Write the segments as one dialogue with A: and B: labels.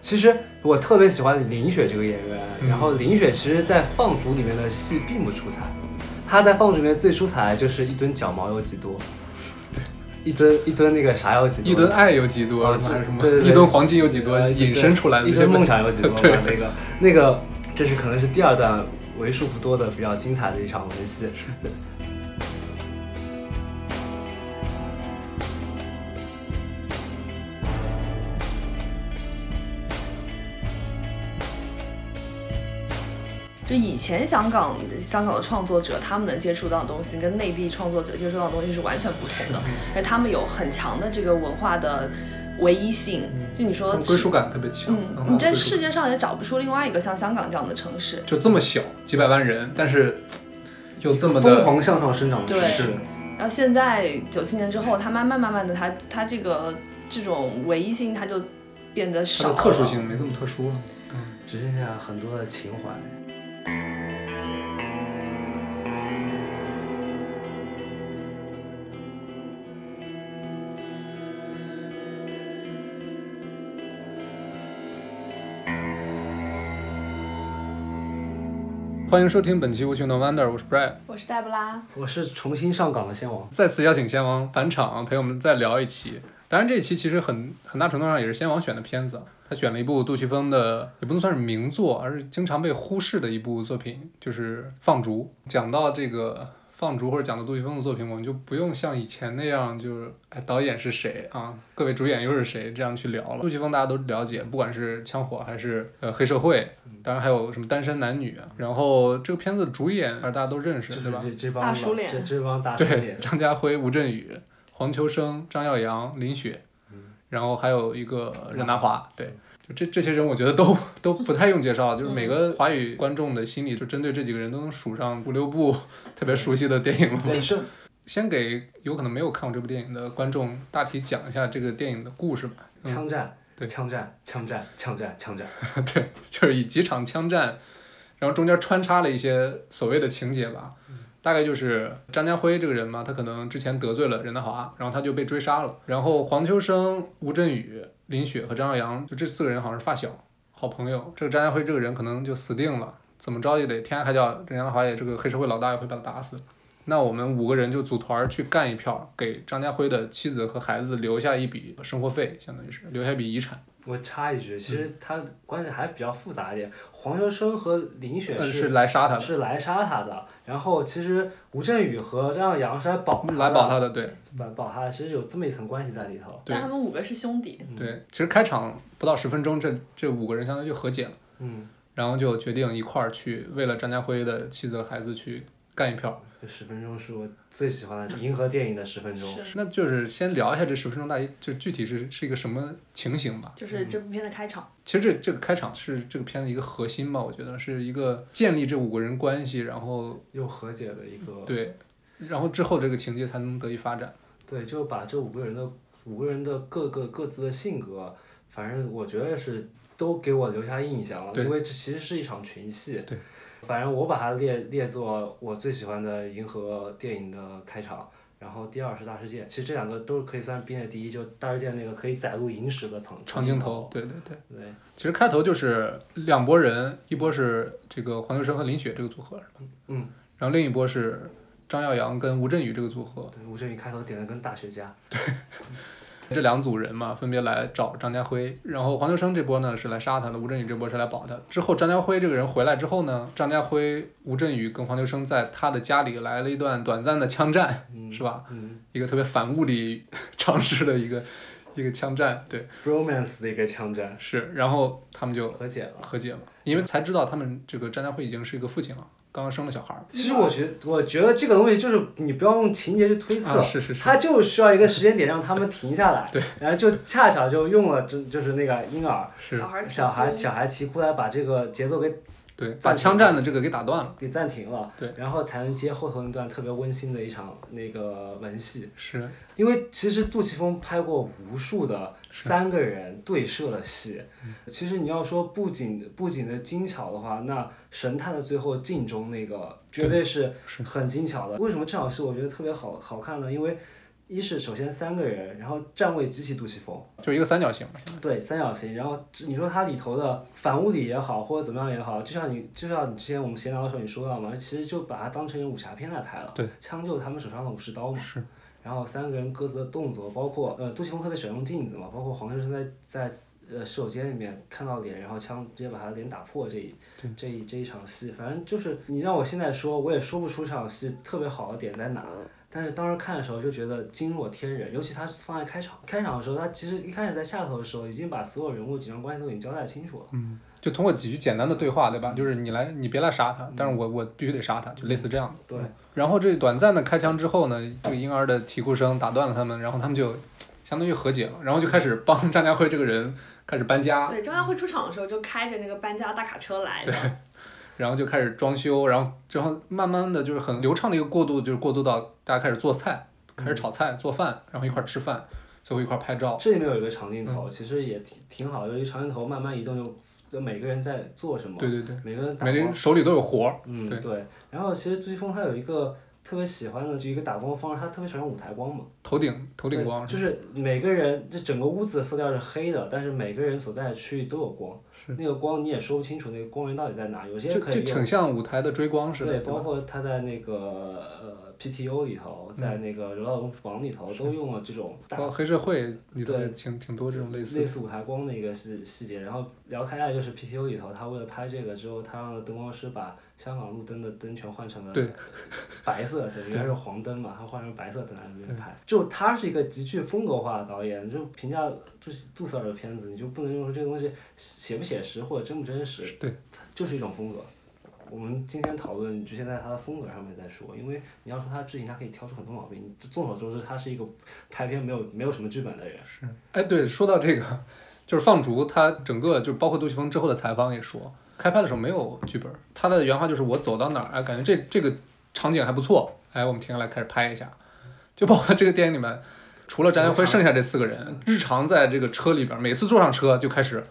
A: 其实我特别喜欢林雪这个演员，
B: 嗯
A: 然后林雪其实，在《放逐》里面的戏并不出彩，她在《放逐》里面最出彩就是一吨脚毛有几多，一吨一吨那个啥有几多，
B: 一吨爱有几多，
A: 啊
B: 还是什么
A: 对对对
B: 一吨黄金有几多，
A: 呃
B: 引申出来的
A: 一
B: 这些
A: 吨
B: 问
A: 梦
B: 题
A: 想有 几多嘛？
B: 对
A: 那个那个，这是可能是第二段为数不多的比较精彩的一场文戏。对
C: 就以前香港香港的创作者，他们能接触到的东西跟内地创作者接触到的东西是完全不同
B: 嗯
C: 的，而他们有很强的这个文化的唯一性。就你说，
B: 嗯归属感特别强。
C: 嗯，
B: 嗯
C: 你在
B: 归属
C: 世界上也找不出另外一个像香港这样的城市。
B: 就这么小，几百万人，但是又这么
A: 疯
B: 的
A: 狂向上生长的
C: 对
A: 城市，
C: 然后现在九七年之后，它慢慢慢慢的，它它这个这种唯一性，它就变得
B: 它
C: 少
B: 的
C: 了。
B: 特殊性没这么特殊了。
A: 啊只剩下很多的情怀。
B: 欢迎收听本期《无穷的 Wonder》，我是 Brad，
C: 我是黛布拉，
A: 我是重新上岗的仙王，
B: 再次邀请仙王返场陪我们再聊一期。当然，这一期其实很很大程度上也是仙王选的片子，他选了一部杜琪峰的，也不能算是名作，而是经常被忽视的一部作品，就是《放逐》。讲到这个《放逐》或者讲到杜琪峰的作品，我们就不用像以前那样，就是哎导演是谁啊，各位主演又是谁这样去聊了。 杜琪峰大家都了解，不管是枪火还是呃黑社会，当然还有什么单身男女啊。然后这个片子的主演大家都认识，
A: 这
B: 对吧？
A: 这这帮
C: 大
A: 老
C: 叔脸
A: 这这帮大叔
B: 对
A: 脸，，
B: 张家辉、吴镇宇、黄秋生、张耀扬、林雪，然后还有一个嗯任达华，对，就这这些人，我觉得 都都不太用介绍，就是每个华语观众的心里，就针对这几个人都能数上五六 部特别熟悉的电影了。
A: 对是
B: 先给有可能没有看过这部电影的观众大体讲一下这个电影的故事吧。嗯
A: 枪战，
B: 对
A: 枪战，枪战，枪战，枪战。
B: 对， 就是以几场枪战，然后中间穿插了一些所谓的情节吧。大概就是张家辉这个人嘛，他可能之前得罪了任达华，然后他就被追杀了。然后黄秋生、吴镇宇、林雪和张耀扬，就这四个人好像是发小、好朋友。这个张家辉这个人可能就死定了，怎么着也得天涯海角，任达华也这个黑社会老大也会把他打死。那我们五个人就组团儿去干一票，给张家辉的妻子和孩子留下一笔生活费，相当于是留下一笔遗产。
A: 我插一句，其
B: 嗯
A: 实他关系还比较复杂一点。黄秋生和林雪
B: 呃，
A: 是
B: 是来杀他的，
A: 是来杀他的，然后其实吴镇宇和张耀扬是来保
B: 嗯来保
A: 他
B: 他的，对。
A: 的，保保他的，其实有这么一层关系在里头。
B: 对
C: 但他们五个是兄弟，
B: 对，其实开场不到十分钟，这这五个人相当于就和解了，
A: 嗯，
B: 然后就决定一块儿去为了张家辉的妻子和孩子去干一票。
A: 这十分钟是我最喜欢 的银河电影的十
B: 嗯
A: 分钟。
C: 是
B: 那就是先聊一下这十分钟大一，就具体是是一个什么情形吧。
C: 就是这部片的开场。
B: 其实这这个开场是这个片子一个核心吧，我觉得是一个建立这五个人关系，然后
A: 又和解的一个，
B: 对，然后之后这个情节才能得以发展。
A: 对，就把这五个人的五个人的各个各自的性格，反正我觉得是都给我留下印象了，
B: 对
A: 因为这其实是一场群戏。
B: 对，
A: 反正我把它列列作我最喜欢的银河电影的开场。然后第二是大世界，其实这两个都是可以算并列第一，就大世界那个可以载入影史的长
B: 长镜
A: 镜
B: 头，，对对对。
A: 对，
B: 其实开头就是两拨人，一波是这个黄秋生和林雪这个组合，
A: 嗯，
B: 然后另一波是张耀扬跟吴镇宇这个组合，
A: 对，吴镇宇开头点的跟大学家，
B: 这两组人嘛，分别来找张家辉，然后黄秋生这波呢是来杀他的，吴镇宇这波是来保他。之后张家辉这个人回来之后呢，张家辉、吴镇宇跟黄秋生在他的家里来了一段短暂的枪战，
A: 嗯，
B: 是吧？
A: 嗯
B: 一个特别反物理 常识的一个一个枪战，对，
A: ，bromance 的一个枪战
B: 是。然后他们就
A: 和解了。
B: 和解了，因为才知道他们这个张家辉已经是一个父亲了，刚刚生了小孩儿。
A: 其实我觉得我觉得这个东西就是你不要用情节去推测，
B: 啊，是是是，
A: 他就需要一个时间点让他们停下来，
B: 对，
A: 然后就恰巧就用了，这就是那个婴儿
B: 是
C: 小孩儿
A: 小孩
C: 提出
A: 小孩啼哭来把这个节奏给
B: 对，把枪战的这个给打断了。
A: 给暂停了，
B: 对，
A: 然后才能接后头那段特别温馨的一场那个文戏，
B: 是，
A: 因为其实杜琪峰拍过无数的
B: 是嗯
A: 三个人对射的戏，其实你要说布景布景的精巧的话，那神探的最后镜中那个绝对是
B: 是
A: 很精巧的。为什么这场戏我觉得特别好好看呢？因为一是首先三个人，然后站位极其杜琪峰，
B: 就一个三角形嘛。
A: 对三角形，然后你说它里头的反物理也好，或者怎么样也好，就像你就像你之前我们闲聊的时候你说到嘛，其实就把它当成一个武侠片来拍了，
B: 对，
A: 枪就是他们手上的武士刀嘛，
B: 是，
A: 然后三个人各自的动作，包括呃杜琪峰特别喜欢用镜子嘛，包括黄秋生在在呃洗手间里面看到脸，然后枪直接把他脸打破这一这一这一场戏，反正就是你让我现在说，我也说不出这场戏特别好的点在哪。但是当时看的时候就觉得惊若天人，尤其他放在开场，开场的时候他其实一开始在下头的时候已经把所有人物紧张关系都已经交代清楚了。
B: 嗯，就通过几句简单的对话，对吧？就是你来，你别来杀他，但是我我必须得杀他，就类似这样的。
A: 对，
B: 然后这短暂的开枪之后呢，这个婴儿的啼哭声打断了他们，然后他们就相当于和解了，然后就开始帮张家辉这个人开始搬家，
C: 对，张家辉出场的时候就开着那个搬家大卡车来的，
B: 然后就开始装修，然后然后慢慢的就是很流畅的一个过渡，就是过渡到大家开始做菜，开
A: 嗯
B: 始炒菜、做饭，然后一块儿吃饭，最后一块儿拍照。
A: 这里面有一个长镜
B: 嗯
A: 头，其实也挺挺好，由于长镜头慢慢移动就，就每个人在做什么，
B: 对对对，
A: 每个人嗯打
B: 每个人手里都有活儿。
A: 嗯，
B: 对
A: 对。然后其实杜琪峰他有一个特别喜欢的，就一个打光方式，他特别喜欢舞台光嘛，
B: 头顶头顶
A: 对
B: 光，
A: 就是每个人这整个屋子的色调是黑的，但是每个人所在的区域都有光，那个光你也说不清楚那个光源到底在哪，有些
B: 就
A: 可
B: 就
A: 以用。
B: 挺像舞台的追光似的，
A: 对，
B: 对
A: 包
B: 吧？
A: 括他在那个呃 PTO 里头，在
B: 嗯
A: 那个柔道龙王里头都用了这种大
B: 包括黑社会里头
A: 对
B: 也挺挺多这种类似
A: 类似舞台光的一个细细节。然后聊开来就是 PTO 里头，他为了拍这个之后，他让灯光师把香港路灯的灯全换成了
B: 对
A: 白色的灯，原来是黄灯 嘛，他换成白色灯来那边
B: 嗯
A: 拍。就他是一个极具风格化的导演，就评价杜杜塞尔的片子，你就不能用说这个东西写不写实或者真不真实，
B: 对，
A: 它就是一种风格。我们今天讨论局限在他的风格上面再说，因为你要说他剧情，他可以挑出很多毛病。你众所周知，他是一个拍片没有没有什么剧本的人。
B: 是，哎，对，说到这个，就是放逐，他整个就包括杜琪峰之后的采访也说，开拍的时候没有剧本，他的原话就是我走到哪儿，哎，感觉这这个场景还不错，哎，我们停下来开始拍一下，就包括这个电影里面，除了张家辉，剩下这四个人，日常在这个车里边，每次坐上车就开始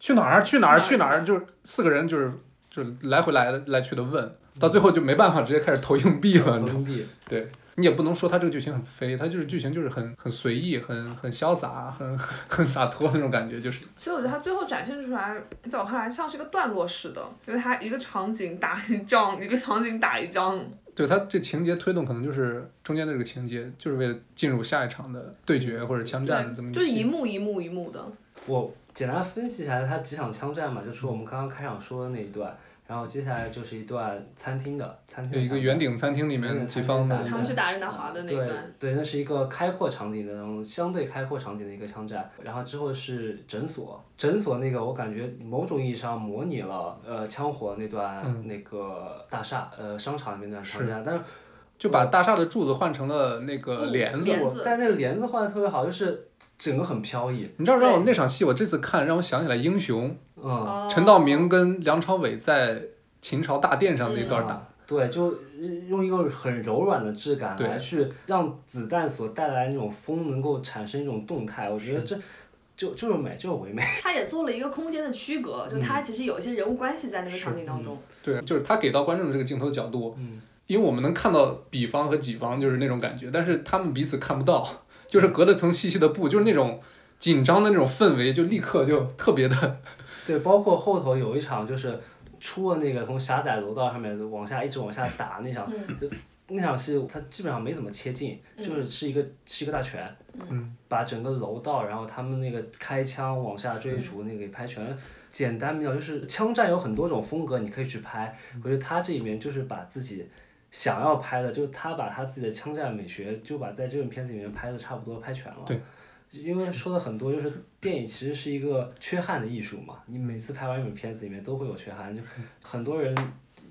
B: 去哪儿去哪儿去
C: 去
B: 哪
C: 哪儿
B: 儿，就是四个人就是就是来回来来去的问，到最后就没办法，直接开始投硬币了，你知道
A: 投
B: 吗
A: 硬币，
B: 对你也不能说他这个剧情很飞，他就是剧情就是很很随意、很很潇洒、很很洒脱那种感觉，就是
D: 所以我觉得它最后展现出来，在我看来像是一个段落式的，因为它一个场景打一仗，一个场景打一仗，
B: 对他这情节推动可能就是中间的这个情节，就是为了进入下一场的对决或者枪战这么
D: 对，
B: 一个
D: 就是一
B: 戏
D: 幕一幕一幕的。
A: 我简单分析一下他几场枪战嘛，就除了我们刚刚开场说的那一段，然后接下来就是一段餐厅的餐厅
B: 有
A: 的
B: 一个
A: 枪
B: 圆顶餐厅里面
A: 圆顶
B: 几
A: 餐
B: 方
A: 厅
B: 的
A: 打
B: 一
C: 他
B: 个
C: 们去打任达华的那一段。
A: 对对，那是一个开阔场景的那种相对开阔场景的一个枪战，然后之后是诊所，诊所那个我感觉某种意义上模拟了呃枪火那段、
B: 嗯
A: 那个大厦呃商场里面那段枪战，但是
B: 就
A: 嗯
B: 把大厦的柱子换成了那个
C: 嗯
B: 帘子。
C: 帘
A: 我
C: 子
A: 但那个帘子换的特别好，就是整个很飘逸，
B: 你知道让我那场戏，我这次看让我想起来《英雄
A: 嗯，
C: 哦》，
B: 陈道明跟梁朝伟在秦朝大殿上那段打，
A: 啊对，就用一个很柔软的质感
B: 对
A: 来去让子弹所带来的那种风能够产生一种动态，我觉得这就就是美，就是唯美。
C: 他也做了一个空间的区隔，就他其实有一些人物关系在那个场景当中。
B: 对，嗯就是他给到观众的这个镜头角度，
A: 嗯，
B: 因为我们能看到比方和己方就是那种感觉，但是他们彼此看不到，就是隔了层细细的布，就是那种紧张的那种氛围，就立刻就特别的，
A: 对，包括后头有一场就是出了那个从狭窄楼道上面往下一直往下打那场，就那场戏它基本上没怎么切近，就是是一个是一个大全，
B: 嗯，
A: 把整个楼道，然后他们那个开枪往下追逐那个给拍全。简单明了，就是枪战有很多种风格，你可以去拍。我觉得他这里面就是把自己想要拍的，就是他把他自己的枪战美学，就把在这种片子里面拍的差不多拍全了。
B: 对。
A: 因为说的很多，就是电影其实是一个缺憾的艺术嘛。你每次拍完一本片子里面都会有缺憾，就很多人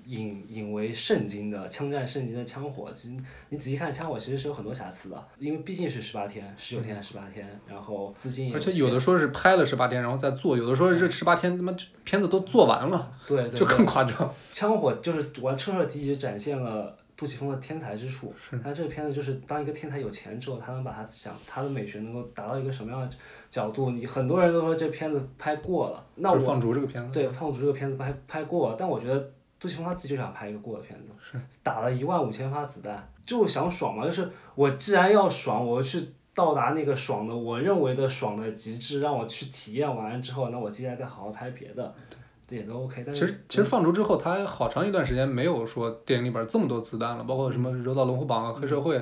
A: 引引为圣经的枪战圣经的枪火，其实你仔细看枪火其实是有很多瑕疵的，因为毕竟是十八天、十九天还是十八天，然后资金也
B: 而且
A: 限
B: 有的说是拍了十八天然后再做，有的说是十八天他妈片子都做完了，
A: 对对
B: 就更夸张。
A: 枪火就是完彻彻底底展现了杜琪峰的天才之处。他这个片子就是当一个天才有钱之后，他能把他想他的美学能够达到一个什么样的角度？你很多人都说这片子拍过了，那
B: 就
A: 我
B: 是放逐这个片子，
A: 对《胖虎》这个片子拍拍过，但我觉得杜琪峰他自己就想拍一个过的片子，是打了一万五千发子弹，就想爽嘛，就是我既然要爽，我去到达那个爽的，我认为的爽的极致，让我去体验完之后，那我接下来再好好拍别的，这也都 OK。但
B: 其
A: 是嗯
B: 实其实放逐之后，他好长一段时间没有说电影里边这么多子弹了，包括什么《柔道龙虎榜》啊《黑
A: 嗯
B: 社会》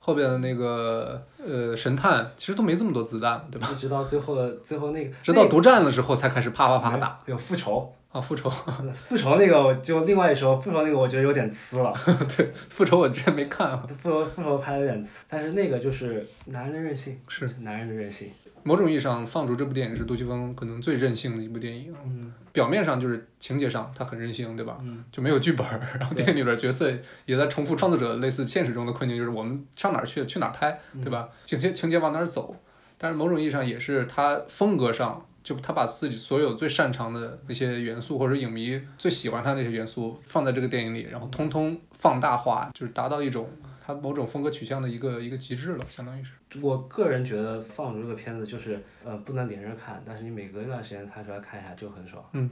B: 后边的那个呃神探，其实都没这么多子弹了，对吧？
A: 一直到最后的最后那个，
B: 直到独占了之后才开始啪啪啪
A: 那
B: 打
A: 有复仇，
B: 啊！复仇，
A: 复仇那个我就另外一说，复仇那个我觉得有点呲了。
B: 对复仇我之前没看啊，
A: 复仇复仇拍的有点次，但是那个就是男人的任性，
B: 是
A: 男人的任性。
B: 某种意义上，《放逐》这部电影是杜琪峰可能最任性的一部电影。
A: 嗯，
B: 表面上就是情节上他很任性，对吧？
A: 嗯
B: 就没有剧本儿，然后
A: 对
B: 电影里边儿角色也在重复创作者类似现实中的困境，就是我们上哪儿去，去哪儿拍，对
A: 嗯
B: 吧？情节情节往哪儿走，但是某种意义上也是他风格上，就他把自己所有最擅长的那些元素，或者影迷最喜欢他那些元素放在这个电影里，然后通通放大化，就是达到一种他某种风格取向的一个一个极致了，相当于是。
A: 我个人觉得《放逐》这个片子就是，呃，不能连着看，但是你每隔一段时间摊出来看一下就很爽。
B: 嗯，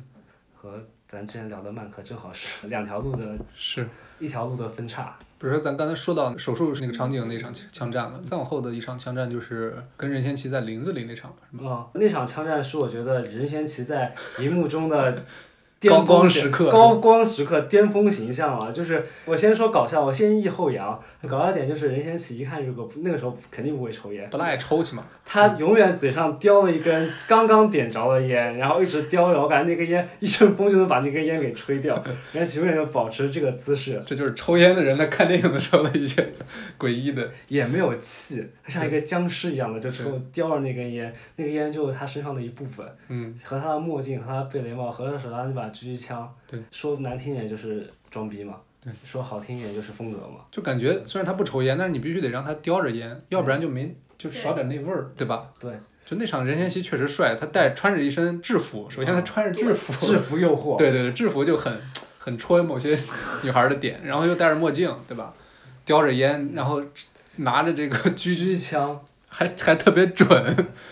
A: 和咱之前聊的《曼克》正好是两条路的
B: 是，
A: 一条路的分叉。
B: 比如说咱刚才说到手术那个场景那场枪枪战了，再往后的一场枪战就是跟任贤齐在林子里那场，是吧？
A: 嗯，那场枪战是我觉得任贤齐在荧幕中 的巅
B: 高
A: 峰
B: 光
A: 形
B: 时刻
A: 高光时刻巅峰形象啊！就是我先说搞笑，我先抑后扬。搞笑点就是任贤齐一看，如果不那个时候肯定不会抽烟，
B: 本来也抽去嘛，
A: 他永远嘴上叼了一根刚刚点着的烟，然后一直叼，然后感觉那根烟一阵风就能把那根烟给吹掉。 任贤齐永远就保持这个姿势，
B: 这就是抽烟的人在看电影的时候的一些诡异的。
A: 也没有气，他像一个僵尸一样的，就只有叼着那根烟，那个烟就是他身上的一部分，
B: 嗯，
A: 和他的墨镜、和他的贝雷帽、和他手上那把狙击枪，
B: 对，
A: 说难听点就是装逼嘛，对，说好听一点就是风格嘛。
B: 就感觉虽然他不抽烟，但是你必须得让他叼着烟，要不然就没就少点那味儿，对吧？
A: 对，
B: 就那场任贤齐确实帅，他带穿着一身制服，首先他穿着制 服，
A: 啊制服诱惑，
B: 对对对，制服就很很戳某些女孩儿的点，然后又戴着墨镜，对吧？叼着烟，然后拿着这个狙
A: 狙
B: 击，
A: 击枪，
B: 还还特别准，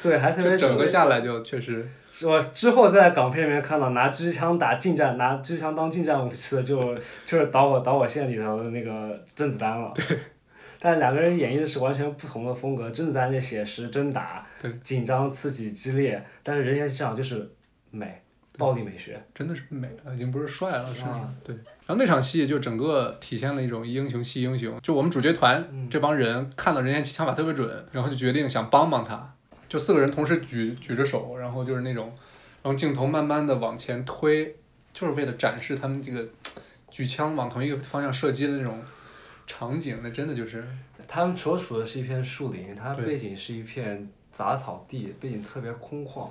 A: 对，还特别
B: 就 整个
A: 准
B: 下来就确实
A: 我之后在港片里面看到拿狙击枪打近战、拿狙击枪当近战武器的就， 就是导火导火线里头的那个甄子丹了。但两个人演绎的是完全不同的风格，甄子丹那写实、真打
B: 对、
A: 紧张、刺激、激烈，但是任贤齐这场就是美，暴力美学。
B: 真的是美了，已经不是帅了，是
A: 啊
B: 对。然后那场戏就整个体现了一种英雄惜英雄，就我们主角团
A: 嗯
B: 这帮人看到任贤齐枪法特别准，然后就决定想帮帮他，就四个人同时举举着手，然后就是那种，然后镜头慢慢的往前推，就是为了展示他们这个举枪往同一个方向射击的那种场景，那真的就是
A: 他们所处的是一片树林，它
B: 对
A: 背景是一片杂草地，背景特别空旷，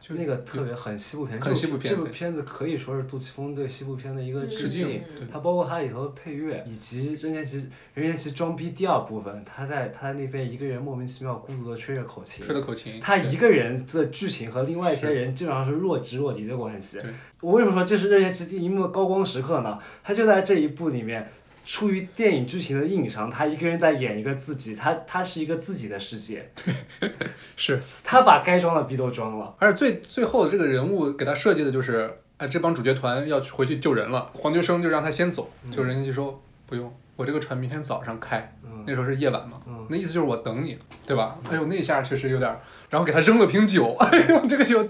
B: 就
A: 那个特别很西部片。
B: 很西部片
A: 这部
B: 对
A: 片子可以说是杜琪峰对西部片的一个
C: 嗯
B: 致敬，对。
A: 它包括它里头的配乐，以及任贤齐任贤齐装逼第二部分，他在他在那边一个人莫名其妙孤独的吹着口琴
B: 吹，了口琴，
A: 他
B: 哎对
A: 一个人的剧情和另外一些人基本上是若即若离的关系
B: 对。
A: 我为什么说这是任贤齐第一幕的高光时刻呢？他就在这一部里面。出于电影剧情的硬伤，他一个人在演一个自己，他他是一个自己的世界，
B: 是
A: 他把该装的逼都装了。
B: 而且最最后这个人物给他设计的就是，哎，这帮主角团要去回去救人了，黄秋生就让他先走，就任贤齐说不用，我这个船明天早上开，
A: 嗯
B: 那时候是夜晚嘛，
A: 嗯
B: 那意思就是我等你，对吧？哎呦，那一下确实有点儿，然后给他扔了瓶酒， 哎呦，这个酒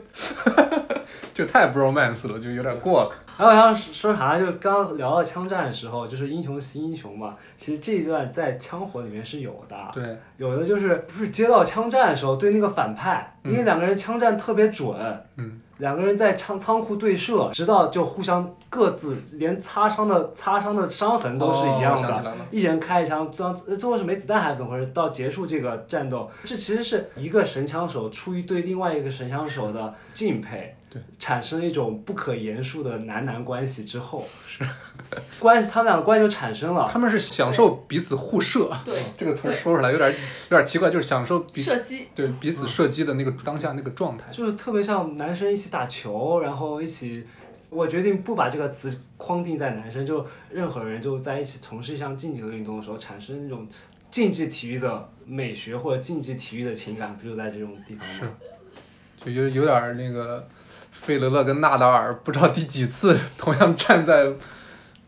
B: 就太 bromance 了，就有点过了，
A: 还有要说啥，就是刚刚聊到枪战的时候，就是英雄惜英雄嘛。其实这一段在枪火里面是有的，
B: 对，
A: 有的就是不是接到枪战的时候对那个反派，因为两个人枪战特别准，
B: 嗯，
A: 两个人在仓仓库对射，直到就互相各自连擦伤的擦伤的伤痕都是一
B: 哦我
A: 样
B: 想起
A: 的。
B: 来了，
A: 一人开一枪，最后最后是没子弹还是怎么回事？到结束这个战斗，这其实是一个神枪手出于对另外一个神枪手的敬佩，
B: 对，
A: 产生了一种不可言述的男男关系之后，是关系，他们俩的关系就产生了。
B: 他们是享受彼此互射，
C: 对，
B: 这个词儿说出来有点有点奇怪，就是享受彼
C: 射击
B: 对彼
A: 嗯
B: 此射击的那个当下那个状态。
A: 就是特别像男生一起打球，然后一起，我决定不把这个词框定在男生，就任何人就在一起从事一项竞技的运动的时候，产生一种竞技体育的美学或者竞技体育的情感，不就在这种地方吗？
B: 就有有点儿那个费德勒跟纳达尔不知道第几次同样站在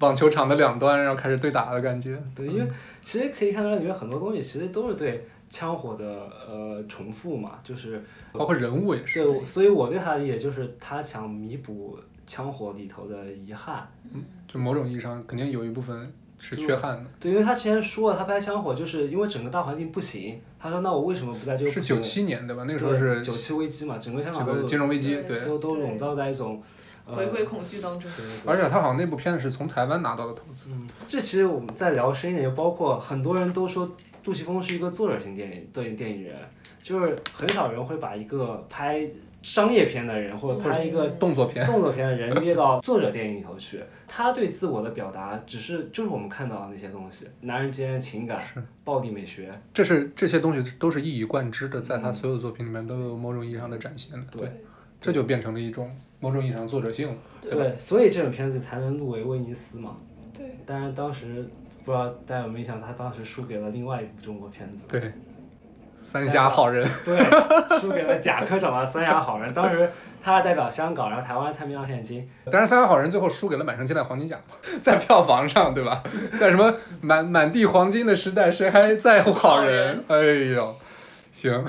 B: 网球场的两端，然后开始对打的感觉。
A: 对，因为其实可以看到里面很多东西其实都是对枪火的呃重复嘛，就是
B: 包括人物也是，
A: 对，我所以我对他的理解就是他想弥补枪火里头的遗憾。
B: 嗯就某种意义上肯定有一部分是缺憾
A: 对，因为他之前说了，他拍枪火就是因为整个大环境不行，他说那我为什么不在这
B: 的。
A: 个
B: 是
A: 不
B: 九
A: 行
B: 七年对吧？那个时候是
A: 九七危机嘛，整个香
B: 这
A: 港
B: 个
A: 都
B: 金融危机，
C: 对
B: 对。
A: 都都
C: 对
A: 笼罩在一种呃
C: 回归恐惧当中
A: 对。对对
B: 而且他好像那部片子是从台湾拿到的投资，
A: 嗯，这其实我们再聊深一点，就包括很多人都说杜琪峰是一个作者型电影电影电影人，就是很少人会把一个拍商业片的人或者拍一个
B: 动作片。
A: 动作片的人列到作者电影里头去。他对自我的表达，只是就是我们看到的那些东西，男人之间的情感、暴力美学，
B: 这是这些东西都是一以贯之的，在他所有作品里面都有某种意义上的展现的。
A: 嗯对，
B: 这就变成了一种某种意义上的作者性了。
A: 对所以这种片子才能入围威尼斯嘛。
D: 对。
A: 当然，当时不知道大家有没有印象，他当时输给了另外一部中国片子，
B: 对，三峡好人，
A: 对，输给了贾科长的《三亚好人》。当时他是代表香港，然后台湾参与到现金，
B: 但是三峡好人最后输给了《满城尽带黄金甲》嘛， 在票房上，对吧？ 在什么满满地黄金的时代，谁还在乎好人？哎呦，行，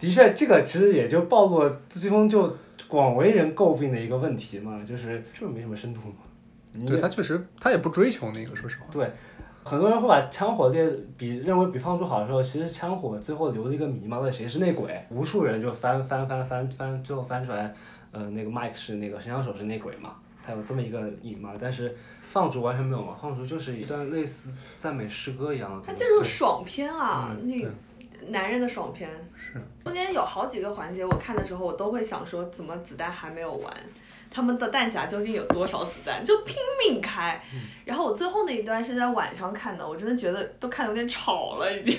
A: 的确，这个其实也就暴露了杜琪峰就广为人诟病的一个问题嘛，就是就是没什么深度嘛。你
B: 对他确实他也不追求那个，说实话。
A: 对，很多人会把枪火列比认为比放逐好的时候，其实枪火最后留了一个谜嘛，到底谁是内鬼？无数人就翻翻翻翻翻，最后翻出来，呃，那个 Mike 是那个神枪手是内鬼嘛，他有这么一个隐嘛，但是放逐完全没有嘛，放逐就是一段类似赞美诗歌一样的
C: 它
A: 东西。
C: 这就是爽片啊，
B: 对
C: 那男人的爽片。
B: 是
C: 中间有好几个环节，我看的时候我都会想说，怎么子弹还没有完？他们的弹夹究竟有多少子弹？就拼命开。
B: 嗯
C: 然后我最后那一段是在晚上看的，我真的觉得都看得有点吵了，已经。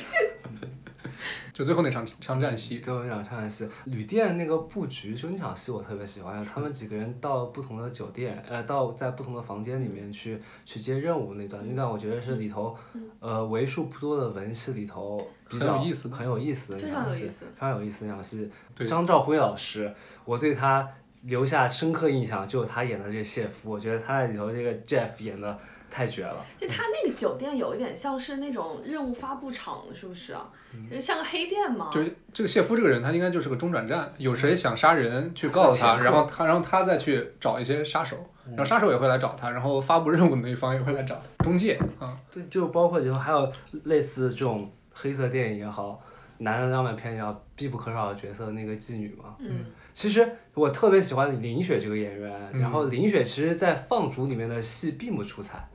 B: 就最后那场枪战戏，
A: 跟我讲上一次旅店那个布局，就那场戏我特别喜欢，他们几个人到不同的酒店，呃，到在不同的房间里面去去接任务那段，那段我觉得是里头，
C: 嗯
A: 呃，为数不多的文戏里头比
B: 很
A: 较
B: 有意思的
A: 很有意思的那
C: 非常
A: 场
C: 有
A: 戏，
C: 意思
A: 非常有意思的那场戏。
B: 对
A: 张兆辉老师，我对他留下深刻印象，就是他演的这个谢夫，我觉得他在里头这个 Jeff 演的太绝了。
C: 就他
B: 嗯
C: 那个酒店有一点像是那种任务发布场，是不是啊？
B: 嗯
C: 像个黑店嘛。
B: 就这个谢夫这个人，他应该就是个中转站，有谁想杀人去告诉他，然后他，然后他再去找一些杀手，
A: 嗯
B: 然后杀手也会来找他，然后发布任务的那一方也会来找他，中介啊，
A: 对，就包括里头还有类似这种黑色电影也好，男的浪漫片也好，必不可少的角色那个妓女嘛。
C: 嗯，
A: 其实我特别喜欢林雪这个演员，然后林雪其实，在《放逐》里面的戏并不出彩，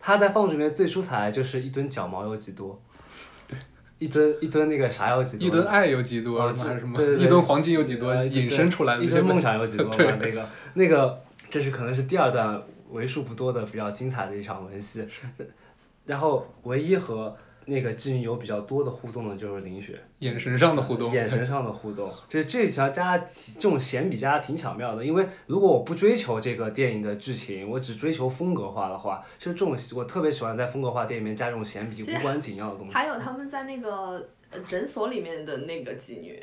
A: 她在《放逐》里面最出彩的就是一吨脚毛有几多， 对，一吨一吨那个啥有几多，
B: 一吨爱有几多，
A: 啊
B: 什么还是什么
A: 对对，对
B: 一吨黄金有几多，
A: 呃
B: 引申出来的
A: 一
B: 这些
A: 吨
B: 问
A: 梦
B: 题。
A: 想 有几多嘛？
B: 对
A: 那个那个，这是可能是第二段为数不多的比较精彩的一场文戏。然后唯一和那个妓女有比较多的互动的就是林雪，
B: 眼神上的互动，
A: 眼神上的互动，这这条加这种闲笔加的挺巧妙的。因为如果我不追求这个电影的剧情，我只追求风格化的话，就这种我特别喜欢在风格化电影里面加这种闲笔
C: 对
A: 无关紧要的东西。
C: 还有他们在那个呃诊所里面的那个妓女，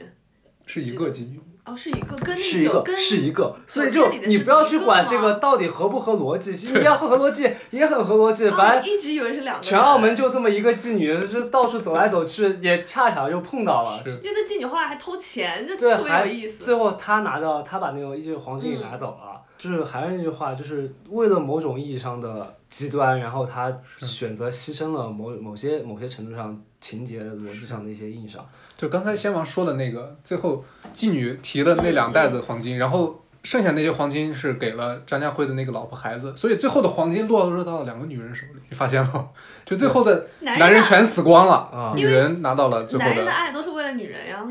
B: 是一个妓女，
C: 哦，是一个跟
A: 是
C: 那
A: 一
C: 酒
A: 个
C: 跟
A: 是一个，所以
C: 酒
A: 就
C: 店里的
A: 你
C: 是
A: 不要
C: 一
A: 去
C: 个
A: 管这
C: 吗
A: 个到底合不合逻辑，其实你要合合逻辑也很合逻辑，
C: 啊
A: 反
C: 我
A: 正
C: 一直以为是两个人。
A: 全澳门就这么一个妓女，就到处走来走去，也恰巧就碰到了。
B: 是
C: 因为那妓女后来还偷钱，这
B: 啊
A: 对，
C: 特别有
A: 还
C: 意思。嗯
A: 最后他拿到，他把那个一句黄金给拿走了。就是还是那句话，就是为了某种意义上的极端，然后他选择牺牲了某某些某些程度上情节逻辑上的一些硬伤。
B: 就刚才先王说的那个，最后妓女提了那两袋子黄金，然后剩下那些黄金是给了张家辉的那个老婆孩子，所以最后的黄金落入到了两个女人手里，你发现了吗？就最后的男
C: 人
B: 人
C: 的
B: 全死光了
A: 啊，
B: 女人拿到了最后
C: 男人的
B: 的，
C: 爱都是为了女人呀。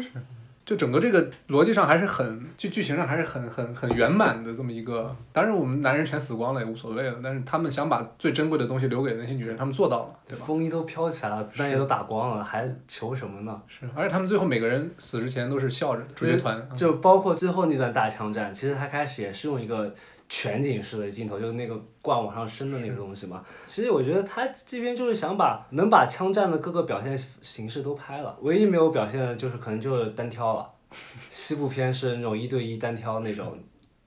B: 就整个这个逻辑上还是很，就剧情上还是很很很圆满的这么一个。当然，我们男人全死光了也无所谓了，但是他们想把最珍贵的东西留给那些女人，他们做到了，对吧？
A: 风衣都飘起来了，子弹也都打光了，还求什么呢？
B: 是，而且他们最后每个人死之前都是笑着的，主角团啊
A: 就包括最后那段大枪战，其实他开始也是用一个全景式的镜头，就是那个挂往上升的那个东西嘛。其实我觉得他这边就是想把能把枪战的各个表现形式都拍了，唯一没有表现的就是可能就是单挑了。西部片是那种一对一单挑那种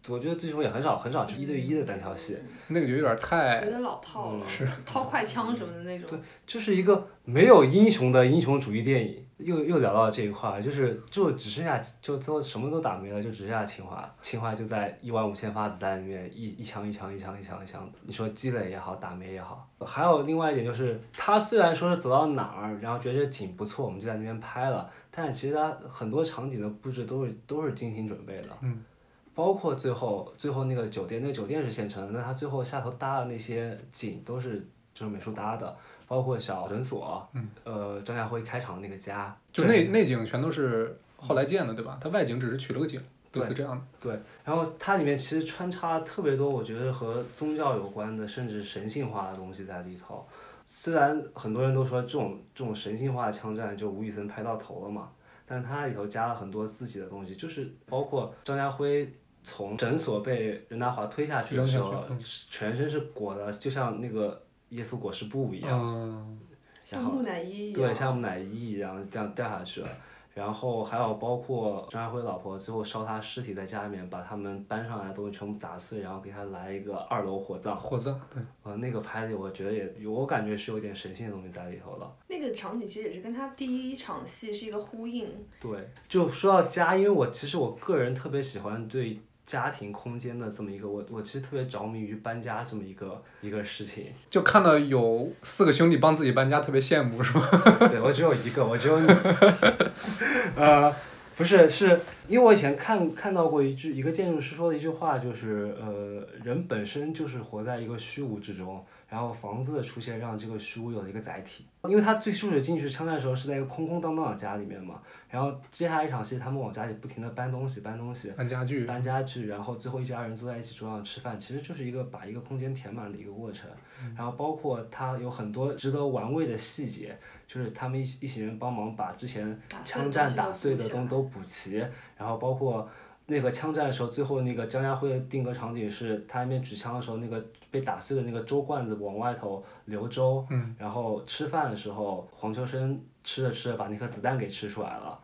A: 我觉得最终也很少很少去一对一的单挑戏，
B: 那个就有点太
C: 有点老套
B: 哎
C: 了，
B: 嗯是
C: 掏快枪什么的那种。
A: 就是一个没有英雄的英雄主义电影。又又聊到这一块儿，就是就只剩下就最后什么都打没了，就只剩下清华。清华就在一万五千发子弹里面一一枪一枪一枪一枪一枪的。你说积累也好，打没也好，还有另外一点就是，他虽然说是走到哪儿，然后觉得这景不错，我们就在那边拍了，但是其实他很多场景的布置都是都是精心准备的。
B: 嗯。
A: 包括最后最后那个酒店，那个酒店是现成的，那他最后下头搭的那些景都是就是美术搭的，包括小诊所，嗯、呃，张家辉开场那个家，
B: 就内内景全都是后来建的，对吧？它外景只是取了个景，类
A: 对
B: 似这样的。
A: 对，然后它里面其实穿插特别多，我觉得和宗教有关的，甚至神性化的东西在里头。虽然很多人都说这种这种神性化的枪战就吴宇森拍到头了嘛，但它里头加了很多自己的东西，就是包括张家辉从诊所被任达华推下去的
B: 扔下
A: 时
B: 去嗯
A: 候，全身是裹的，就像那个耶稣裹尸布一样。
B: 嗯，
C: 像木乃伊一样。
A: 对，像木乃伊一样这样掉下去了。然后还有包括张家辉老婆最后烧他尸体在家里面，把他们搬上来的东西全部砸碎，然后给他来一个二楼火葬。
B: 火葬对，
A: 呃，那个拍的我觉得也，我感觉是有点神性的东西在里头了。
C: 那个场景其实也是跟他第一场戏是一个呼应，
A: 对，就说到家，因为我其实我个人特别喜欢对家庭空间的这么一个，我我其实特别着迷于搬家这么一个一个事情。
B: 就看到有四个兄弟帮自己搬家，特别羡 慕，是吧？
A: 对我只有一个，我只有你。呃，不是，是因为我以前看看到过一句一个建筑师说的一句话，就是呃，人本身就是活在一个虚无之中，然后房子的出现让这个虚无有了一个载体。因为他最初始进去枪战的时候是在一个空空荡荡的家里面嘛，然后接下来一场戏，他们往家里不停的搬东西，搬东西。
B: 搬家具，
A: 搬家具，然后最后一家人坐在一起桌上吃饭，其实就是一个把一个空间填满的一个过程。
B: 嗯
A: 然后包括它有很多值得玩味的细节，就是他们一一行人帮忙把之前
C: 打碎
A: 枪
C: 的
A: 战打
C: 东西
A: 碎的
C: 都补起来
A: 东西都补齐，然后包括。那个枪战的时候，最后那个张家辉的定格场景是他那边举枪的时候，那个被打碎的那个粥罐子往外头流粥，
B: 嗯
A: 然后吃饭的时候，黄秋生吃着吃着把那颗子弹给吃出来了。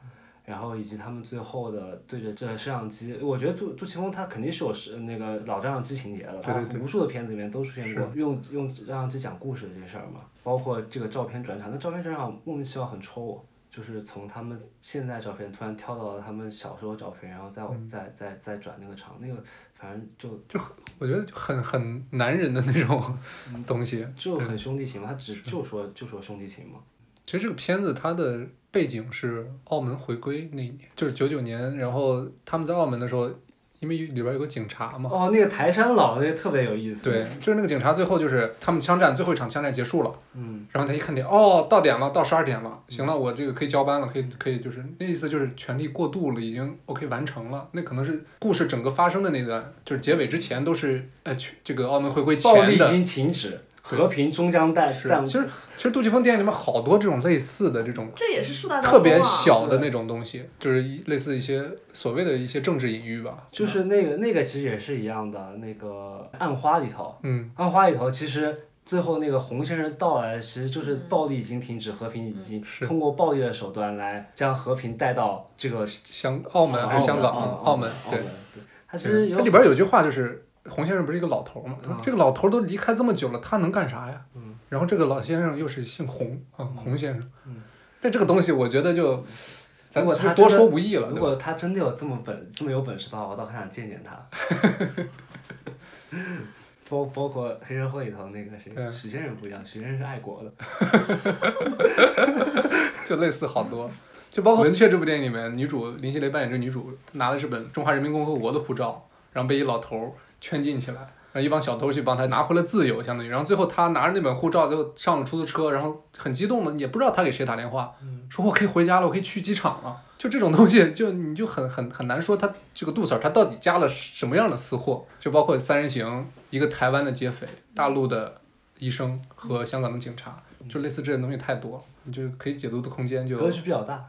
A: 然后以及他们最后的对着这摄像机，我觉得杜杜琪峰他肯定是有是那个老照相机情节的，
B: 对对
A: 他无数的片子里面都出现过用用照相机讲故事的这事儿嘛，包括这个照片转场，那照片转场莫名其妙很戳我，就是从他们现在照片突然跳到了他们小时候照片，然后再往、
B: 嗯
A: 再再再转那个场，那个反正就
B: 我觉得就很很男人的那种
A: 嗯
B: 东西。
A: 就很兄弟情嘛，他只就说就说兄弟情嘛。
B: 其实这个片子它的背景是澳门回归那一年，就是九九年，然后他们在澳门的时候，因为里边有个警察嘛，
A: 哦，那个台山佬那个特别有意思。
B: 对，，就是那个警察最后就是他们枪战最后一场枪战结束了，
A: 嗯，
B: 然后他一看点，哦，到点了，到十二点了，行了，我这个可以交班了，可以可以，就是那意思就是权力过渡了，已经 OK 完成了。那可能是故事整个发生的那段，就是结尾之前都是呃，去这个澳门回归
A: 暴力
B: 前
A: 已
B: 的。
A: 经停止，和平终将诞
B: 是
A: 诞，
B: 其实其实杜琪峰电影里面好多这种类似的这种
C: 这也是树大招
B: 特
C: 风啊。
B: 别小的那种东西，就是一类似一些所谓的一些政治隐喻吧。
A: 就是那个那个其实也是一样的，那个暗花里头，
B: 嗯，
A: 暗花里头其实最后那个洪先生到来，其实就是暴力已经停止，和平已经
B: 嗯是
A: 通过暴力的手段来将和平带到这个
B: 香澳门还是
A: 哦
B: 香港？
A: 澳
B: 澳
A: 门
B: 门，
A: 澳
B: 对
A: 门。对，它其实有
B: 它里边有句话就是。洪先生不是一个老头儿嘛？他说
A: 嗯
B: 这个老头儿都离开这么久了，他能干啥呀？
A: 嗯
B: 然后这个老先生又是姓洪啊，洪先生。
A: 嗯
B: 但这个东西我觉得就，咱
A: 如果
B: 就
A: 他
B: 多
A: 真的
B: 说无益了，
A: 如
B: 对吧？
A: 果他真的有这么本这么有本事的话，我倒很想见见 他。包包括黑社会里头那个谁
B: 对，
A: 许先生不一样，许先生是爱国的。
B: 就类似好多，就包括《文雀》这部电影里面，女主林熙蕾扮演这个女主拿的是本中华人民共和国的护照，然后被一老头儿圈禁起来，然后一帮小偷去帮她拿回了自由，相当于。然后最后她拿着那本护照就上了出租车，然后很激动的，也不知道她给谁打电话，说我可以回家了，我可以去机场了。就这种东西，就你就很很很难说他这个杜 Sir 他到底加了什么样的私货，就包括三人行，一个台湾的劫匪，大陆的医生和香港的警察，就类似这些东西太多了，你就可以解读的空间就
A: 格局比较大。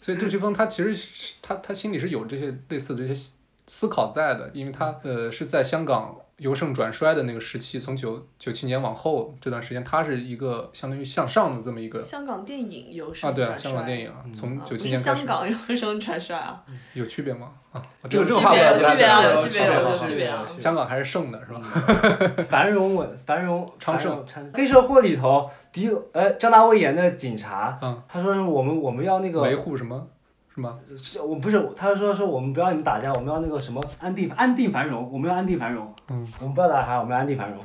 B: 所以杜琪峰他其实是他他心里是有这些类似的这些思考在的，因为他呃是在香港由盛转衰的那个时期，从九九七年往后这段时间，他是一个相当于向上的这么一个
C: 香港电影有声
B: 啊，对啊，
C: 转
B: 香港
C: 衰
B: 电影
A: 嗯
B: 啊，从
C: 啊
B: 九
C: 不
B: 七
C: 是
B: 年开始
C: 香港有声传帅啊，
B: 有区别吗？啊，这
C: 有
B: 个
C: 区
B: 这个话
C: 别，
B: 我
C: 有
B: 不太
C: 区别啊，
B: 懂
C: 有
A: 有
C: 区
A: 区
C: 别，
A: 别
C: 有
A: 有
C: 区
A: 区
C: 别
A: 别
C: 啊
A: 啊！
B: 香港还是盛的是吧？
A: 繁荣稳繁荣
B: 昌盛
A: 繁荣黑社会里头，迪呃张大卫演的警察，
B: 嗯
A: 他说我们我们要那个
B: 维护什么是吗？
A: 是我不是，他说说我们不要你们打架，我们要那个什么安定安定繁荣，我们要安定繁荣。
B: 嗯，
A: 我们不要打架，我们要安定繁荣。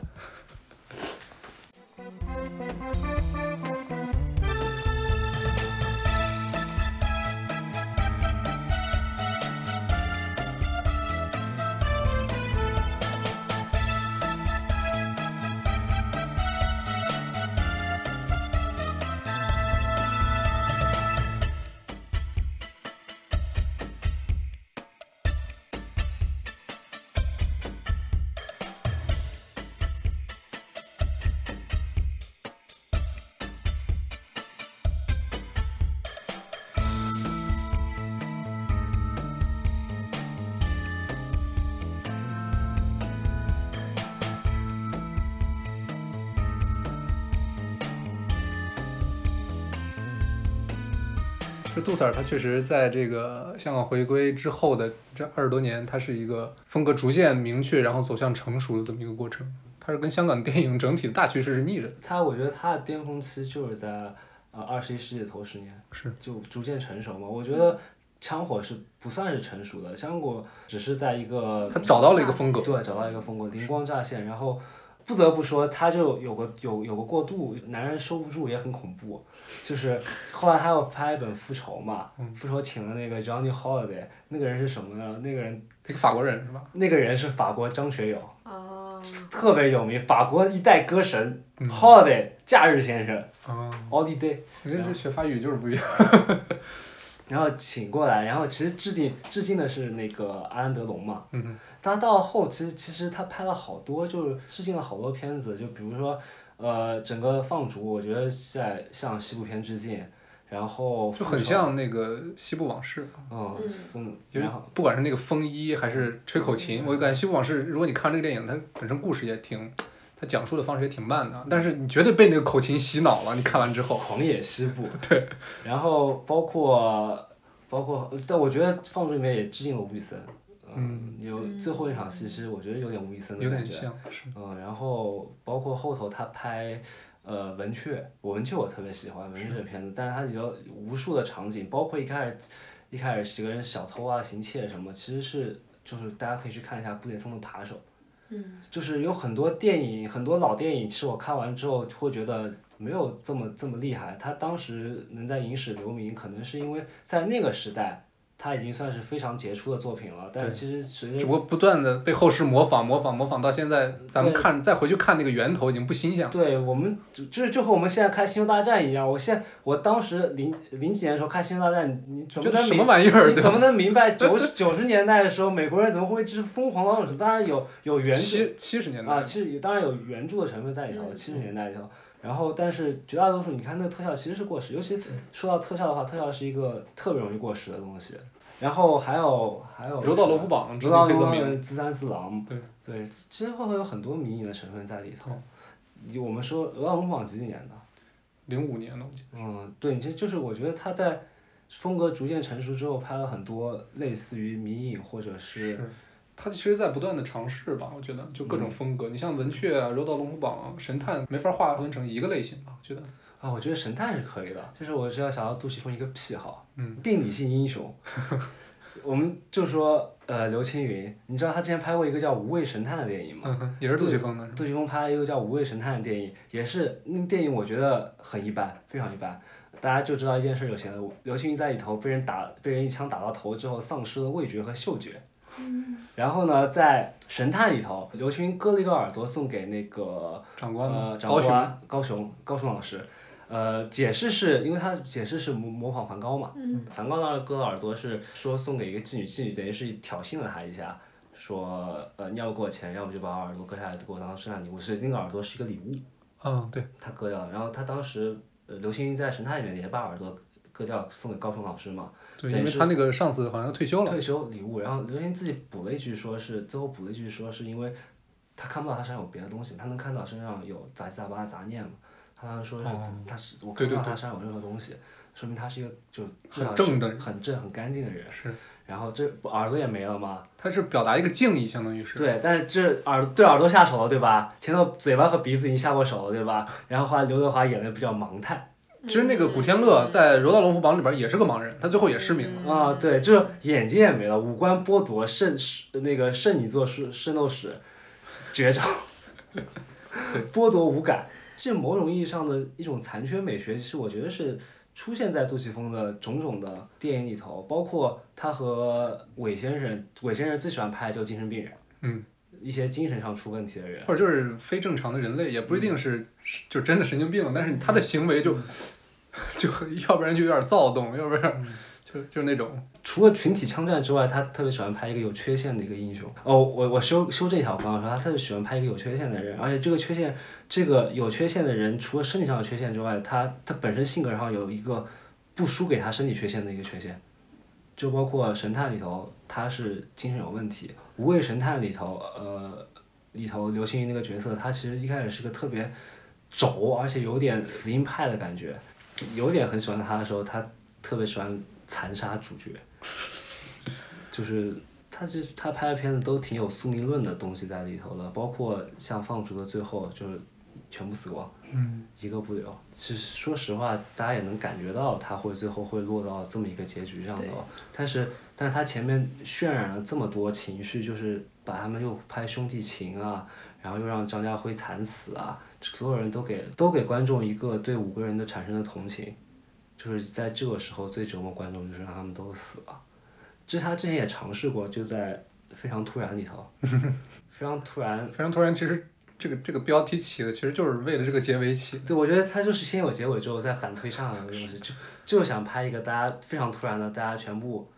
B: 就杜 Sir 他确实在这个香港回归之后的这二十多年，他是一个风格逐渐明确，然后走向成熟的这么一个过程。他是跟香港电影整体的大趋势是逆着的。
A: 他我觉得他的巅峰期就是在呃二十一世纪的头十年，
B: 是
A: 就逐渐成熟嘛。我觉得枪火是不算是成熟的，枪火只是在一个
B: 他找到了一个风格，
A: 对，找到一个风格，灵光乍现。然后不得不说，他就有个有有个过渡，男人收不住也很恐怖。就是后来他又拍一本《复仇》嘛，
B: 嗯
A: 复仇》请了那个 Johnny Holiday，那个人是什么呢？那个人
B: 一个法国人是吧？
A: 那个人是法国张学友，
C: 哦，
A: 特别有名，法国一代歌神、Holiday
B: 嗯
A: 假日先生
B: 啊，
A: Holiday。
B: 你这是学法语就是不一样。
A: 然后请过来，然后其实致敬致敬的是那个阿兰德龙嘛。
B: 嗯哼
A: 他到后期其实他拍了好多，就是致敬了好多片子，就比如说呃整个放逐，我觉得在向西部片致敬，然后
B: 就很像那个《西部往事
A: 嗯
C: 嗯
A: 风，》，
B: 就是
A: 然后
B: 不管是那个风衣还是吹口
A: 嗯
B: 琴，我就感觉《西部往事》，如果你看这个电影，它本身故事也挺，它讲述的方式也挺慢的，但是你绝对被那个口琴洗脑了。你看完之后，
A: 狂野西部 对，然后包括包括，但我觉得放逐里面也致敬了吴宇森，嗯，有最后一场戏，其实我觉得有点吴宇森的
B: 有
A: 感
B: 点
A: 觉，
B: 像是
A: 嗯，然后包括后头他拍，呃，文雀，我文雀我特别喜欢文雀这个片子，但是它里头无数的场景，包括一开始一开始几个人小偷啊、行窃什么，其实是就是大家可以去看一下布列松的扒手，
C: 嗯，
A: 就是有很多电影，很多老电影，其实我看完之后会觉得没有这么这么厉害，他当时能在影史留名，可能是因为在那个时代。他已经算是非常杰出的作品了，但是其实随着
B: 只不过不断的被后世模仿、模仿、模仿，到现在咱们
A: 对
B: 看再回去看那个源头已经不新鲜了。
A: 对我们就就是就和我们现在看《星球大战》一样，我现我当时零零几年的时候看《星球大战》，你你怎么
B: 觉得
A: 能
B: 什么
A: 明
B: 玩意儿？
A: 你
B: 对
A: 怎
B: 吧？
A: 么能明白九十九十年代的时候美国人怎么会就是疯狂到当然有有原著
B: 七七十年代
A: 啊，其实有当然有原著的成分在里头，
C: 嗯
A: 七十年代里头。然后，但是绝大多数你看那个特效其实是过时，尤其说到特效的话，特效是一个特别容易过时的东西。然后还有还有啊
B: 柔道罗夫堡
A: 《知
B: 致敬
A: 道
B: 黑泽
A: 吗
B: 明，？
A: 自三四郎，
B: 对
A: 对，之后有很多迷你的成分在里头。你我们说《鹅王榜》几几年的？
B: 零五年的，
A: 嗯，对，这就是我觉得他在风格逐渐成熟之后，拍了很多类似于迷影或者是
B: 他其实在不断的尝试吧，我觉得就各种风
A: 嗯
B: 格。你像文雀啊、柔道龙虎榜、神探，没法划分成一个类型吧？我觉得
A: 啊，我觉得神探是可以的。就是我是要想到杜琪峰一个癖好，
B: 嗯，
A: 病理性英 雄。我们就说呃，刘青云，你知道他之前拍过一个叫《无畏神探》的电影吗？
B: 嗯也是杜琪峰的，是吧
A: 杜琪峰拍了一个叫《无畏神探》的电影，也是那个电影，我觉得很一般，非常一般。大家就知道一件事就行了。刘青云在里头被人打，被人一枪打到头之后，丧失了味觉和嗅觉。然后呢，在神探里头，刘青云割了一个耳朵送给那个
B: 长官
A: 呃
B: 嘛，
A: 长
B: 高雄
A: 官高雄高雄老师，呃，解释是因为他解释是模模仿梵高嘛，梵高当时割了耳朵是说送给一个妓女，妓女等于是挑衅了他一下，说呃你要给我钱，要么就把我耳朵割下来给我当圣诞礼物，是那个耳朵是一个礼物，
B: 嗯，对，
A: 他割掉了。然后他当时呃刘青云在神探里面也把耳朵割掉送给高雄老师嘛，
B: 对，
A: 对
B: 因为
A: 是
B: 他那个上司好像退休了，
A: 退休礼物，然后刘云自己补了一句，说是最后补了一句，说是因为他看不到他身上有别的东西，他能看到身上有杂七杂八的杂念嘛。他当时说是
B: 哦
A: 他是我
B: 对
A: 看不到
B: 对
A: 他身上有任何东西，说明他是一个就至
B: 很
A: 少
B: 正
A: 是
B: 的人
A: 很正、很干净的人。
B: 是，
A: 然后这不耳朵也没了吗？
B: 他是表达一个敬意，相当于是。
A: 对，但是这耳对耳朵下手了，对吧？前头嘴巴和鼻子已经下过手了，对吧？然后后来刘德华演的比较盲探。
B: 其实那个古天乐在《柔道龙虎榜》里边也是个盲人，他最后也失明了。
A: 啊，对，就是眼睛也没了，五官剥夺，圣那个圣女座圣圣斗士绝招
B: 对，
A: 剥夺五感，这某种意义上的一种残缺美学，其实我觉得是出现在杜琪峰的种种的电影里头，包括他和韦先生，韦先生最喜欢拍的就是精神病人，
B: 嗯，
A: 一些精神上出问题的人，
B: 或者就是非正常的人类，也不一定是是就真的神经病，但是他的行为就 就要不然就有点躁动，要不然 就就那种
A: 除了群体枪战之外，他特别喜欢拍一个有缺陷的一个英雄。哦，我我修修正一下我刚刚说，他特别喜欢拍一个有缺陷的人，而且这个缺陷，这个有缺陷的人，除了身体上的缺陷之外，他他本身性格上有一个不输给他身体缺陷的一个缺陷，就包括神探里头他是精神有问题，无畏神探里头呃里头刘青云那个角色，他其实一开始是个特别轴，而且有点死硬派的感觉，有点很喜欢他的时候，他特别喜欢残杀主角。就是他这他拍的片子都挺有宿命论的东西在里头的，包括像《放逐》的最后就是全部死光，嗯，一个不留。其实说实话，大家也能感觉到他会最后会落到这么一个结局上头
C: 对，
A: 但是但是他前面渲染了这么多情绪，就是把他们又拍兄弟情啊，然后又让张家辉惨死啊，所有人都给都给观众一个对五个人的产生的同情。就是在这个时候最折磨观众，就是让他们都死了。其实他之前也尝试过，就在《非常突然》里头，非常突然。
B: 非常突然。其实这个这个标题起的其实就是为了这个结尾起的。
A: 对，我觉得他就是先有结尾之后再反推上来的东西，就就是想拍一个大家非常突然的，大家全部，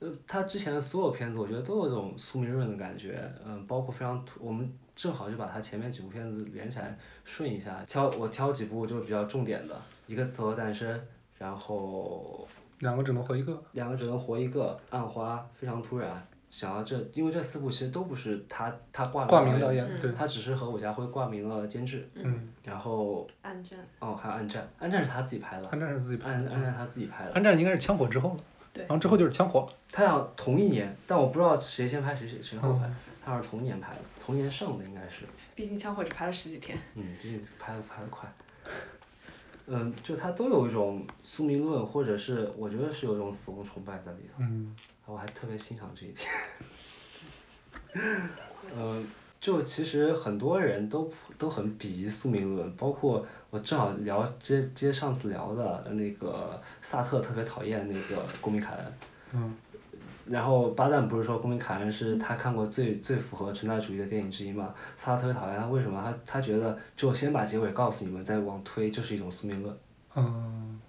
A: 呃，他之前的所有片子，我觉得都有这种宿命论的感觉，嗯、包括非常突，我们正好就把他前面几部片子连起来顺一下，挑我挑几部就是比较重点的，一个字头的诞生，然后
B: 两个只能活一个，
A: 两个只能活一个，暗花非常突然。想到这，因为这四部其实都不是他他挂
B: 挂名导
A: 演，
B: 演对，
A: 他只是和韦家辉挂名了监制。
B: 嗯，
A: 然后
C: 暗卷，
A: 哦，还有暗战，暗战是他自己拍的，
B: 安战是自己拍，
A: 暗暗战他自己拍的。
B: 安战应该是枪火之后了，
C: 对
B: 然后之后就是枪火了，
A: 他俩同一年，但我不知道谁先拍谁谁谁后
B: 哦
A: 拍，他俩是同一年拍的，同一年上的应该是。
C: 毕竟枪火只拍了十几天。
A: 嗯，毕竟拍的拍的快。嗯，就他都有一种宿命论，或者是我觉得是有一种死亡崇拜在里头。
B: 嗯，
A: 我还特别欣赏这一点。呃，就其实很多人都都很鄙夷宿命论，包括我正好聊接接上次聊的呃那个萨特特别讨厌那个公民凯恩。嗯。然后巴旦不是说公民凯恩
B: 嗯
A: 是他看过最最符合存在主义的电影之一嘛？萨特特别讨厌他，为什么？他他觉得只有先把结尾告诉你们，再往推，这是一种宿命论。
B: 嗯，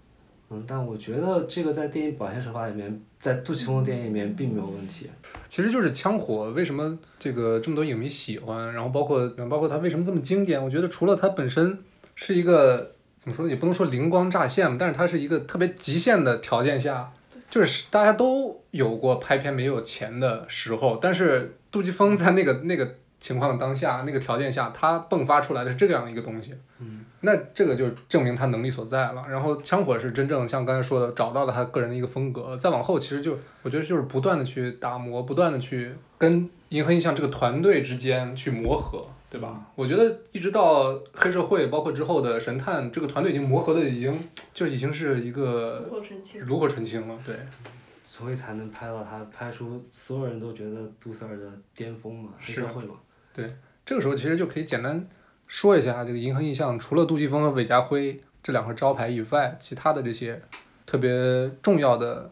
A: 嗯，但我觉得这个在电影表现手法里面，在杜琪峰的电影里面并没有问题。
B: 其实就是枪火为什么这个这么多影迷喜欢，然后包括包括它为什么这么经典，我觉得除了它本身是一个怎么说呢，也不能说灵光乍现吧，但是它是一个特别极限的条件下，就是大家都有过拍片没有钱的时候，但是杜琪峰在那个那个情况的当下，那个条件下，他迸发出来的是这样的一个东西，嗯，那这个就证明他能力所在了。然后枪火是真正像刚才说的，找到了他个人的一个风格，再往后其实就我觉得就是不断的去打磨，不断的去跟银河印象这个团队之间去磨合，对吧？我觉得一直到黑社会，包括之后的神探，这个团队已经磨合的已经就已经是一个
C: 过神奇。
B: 炉火纯青了，对，
A: 所以才能拍到他拍出所有人都觉得杜 Sir 的巅峰嘛，黑
B: 是
A: 社会嘛。
B: 这个时候其实就可以简单说一下这个银河印象，除了杜琪峰和韦家辉这两块招牌以外，其他的这些特别重要的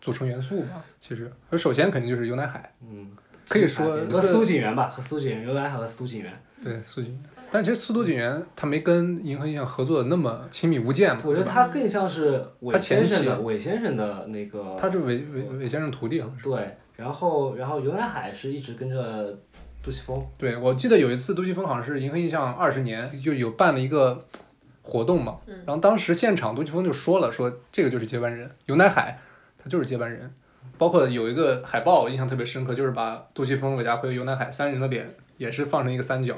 B: 组成元素吧。其实，首先肯定就是游乃海，
A: 嗯，
B: 可以说
A: 和苏景元吧，和苏景元，尤来海和苏景元，
B: 对苏锦，但其实苏多锦元他没跟银河印象合作的那么亲密无间嘛，
A: 我觉得他更像是
B: 他
A: 韦
B: 前
A: 先
B: 期
A: 生的韦先生的那个
B: 他是韦韦韦先生徒弟啊。
A: 对，然后然后尤来海是一直跟着杜琪峰，
B: 对，我记得有一次杜琪峰好像是银河印象二十年就有办了一个活动嘛，然后当时现场杜琪峰就说了，说这个就是接班人尤乃海，他就是接班人。包括有一个海报，我印象特别深刻，就是把杜琪峰、韦家辉、尤南海三人的脸也是放成一个三角，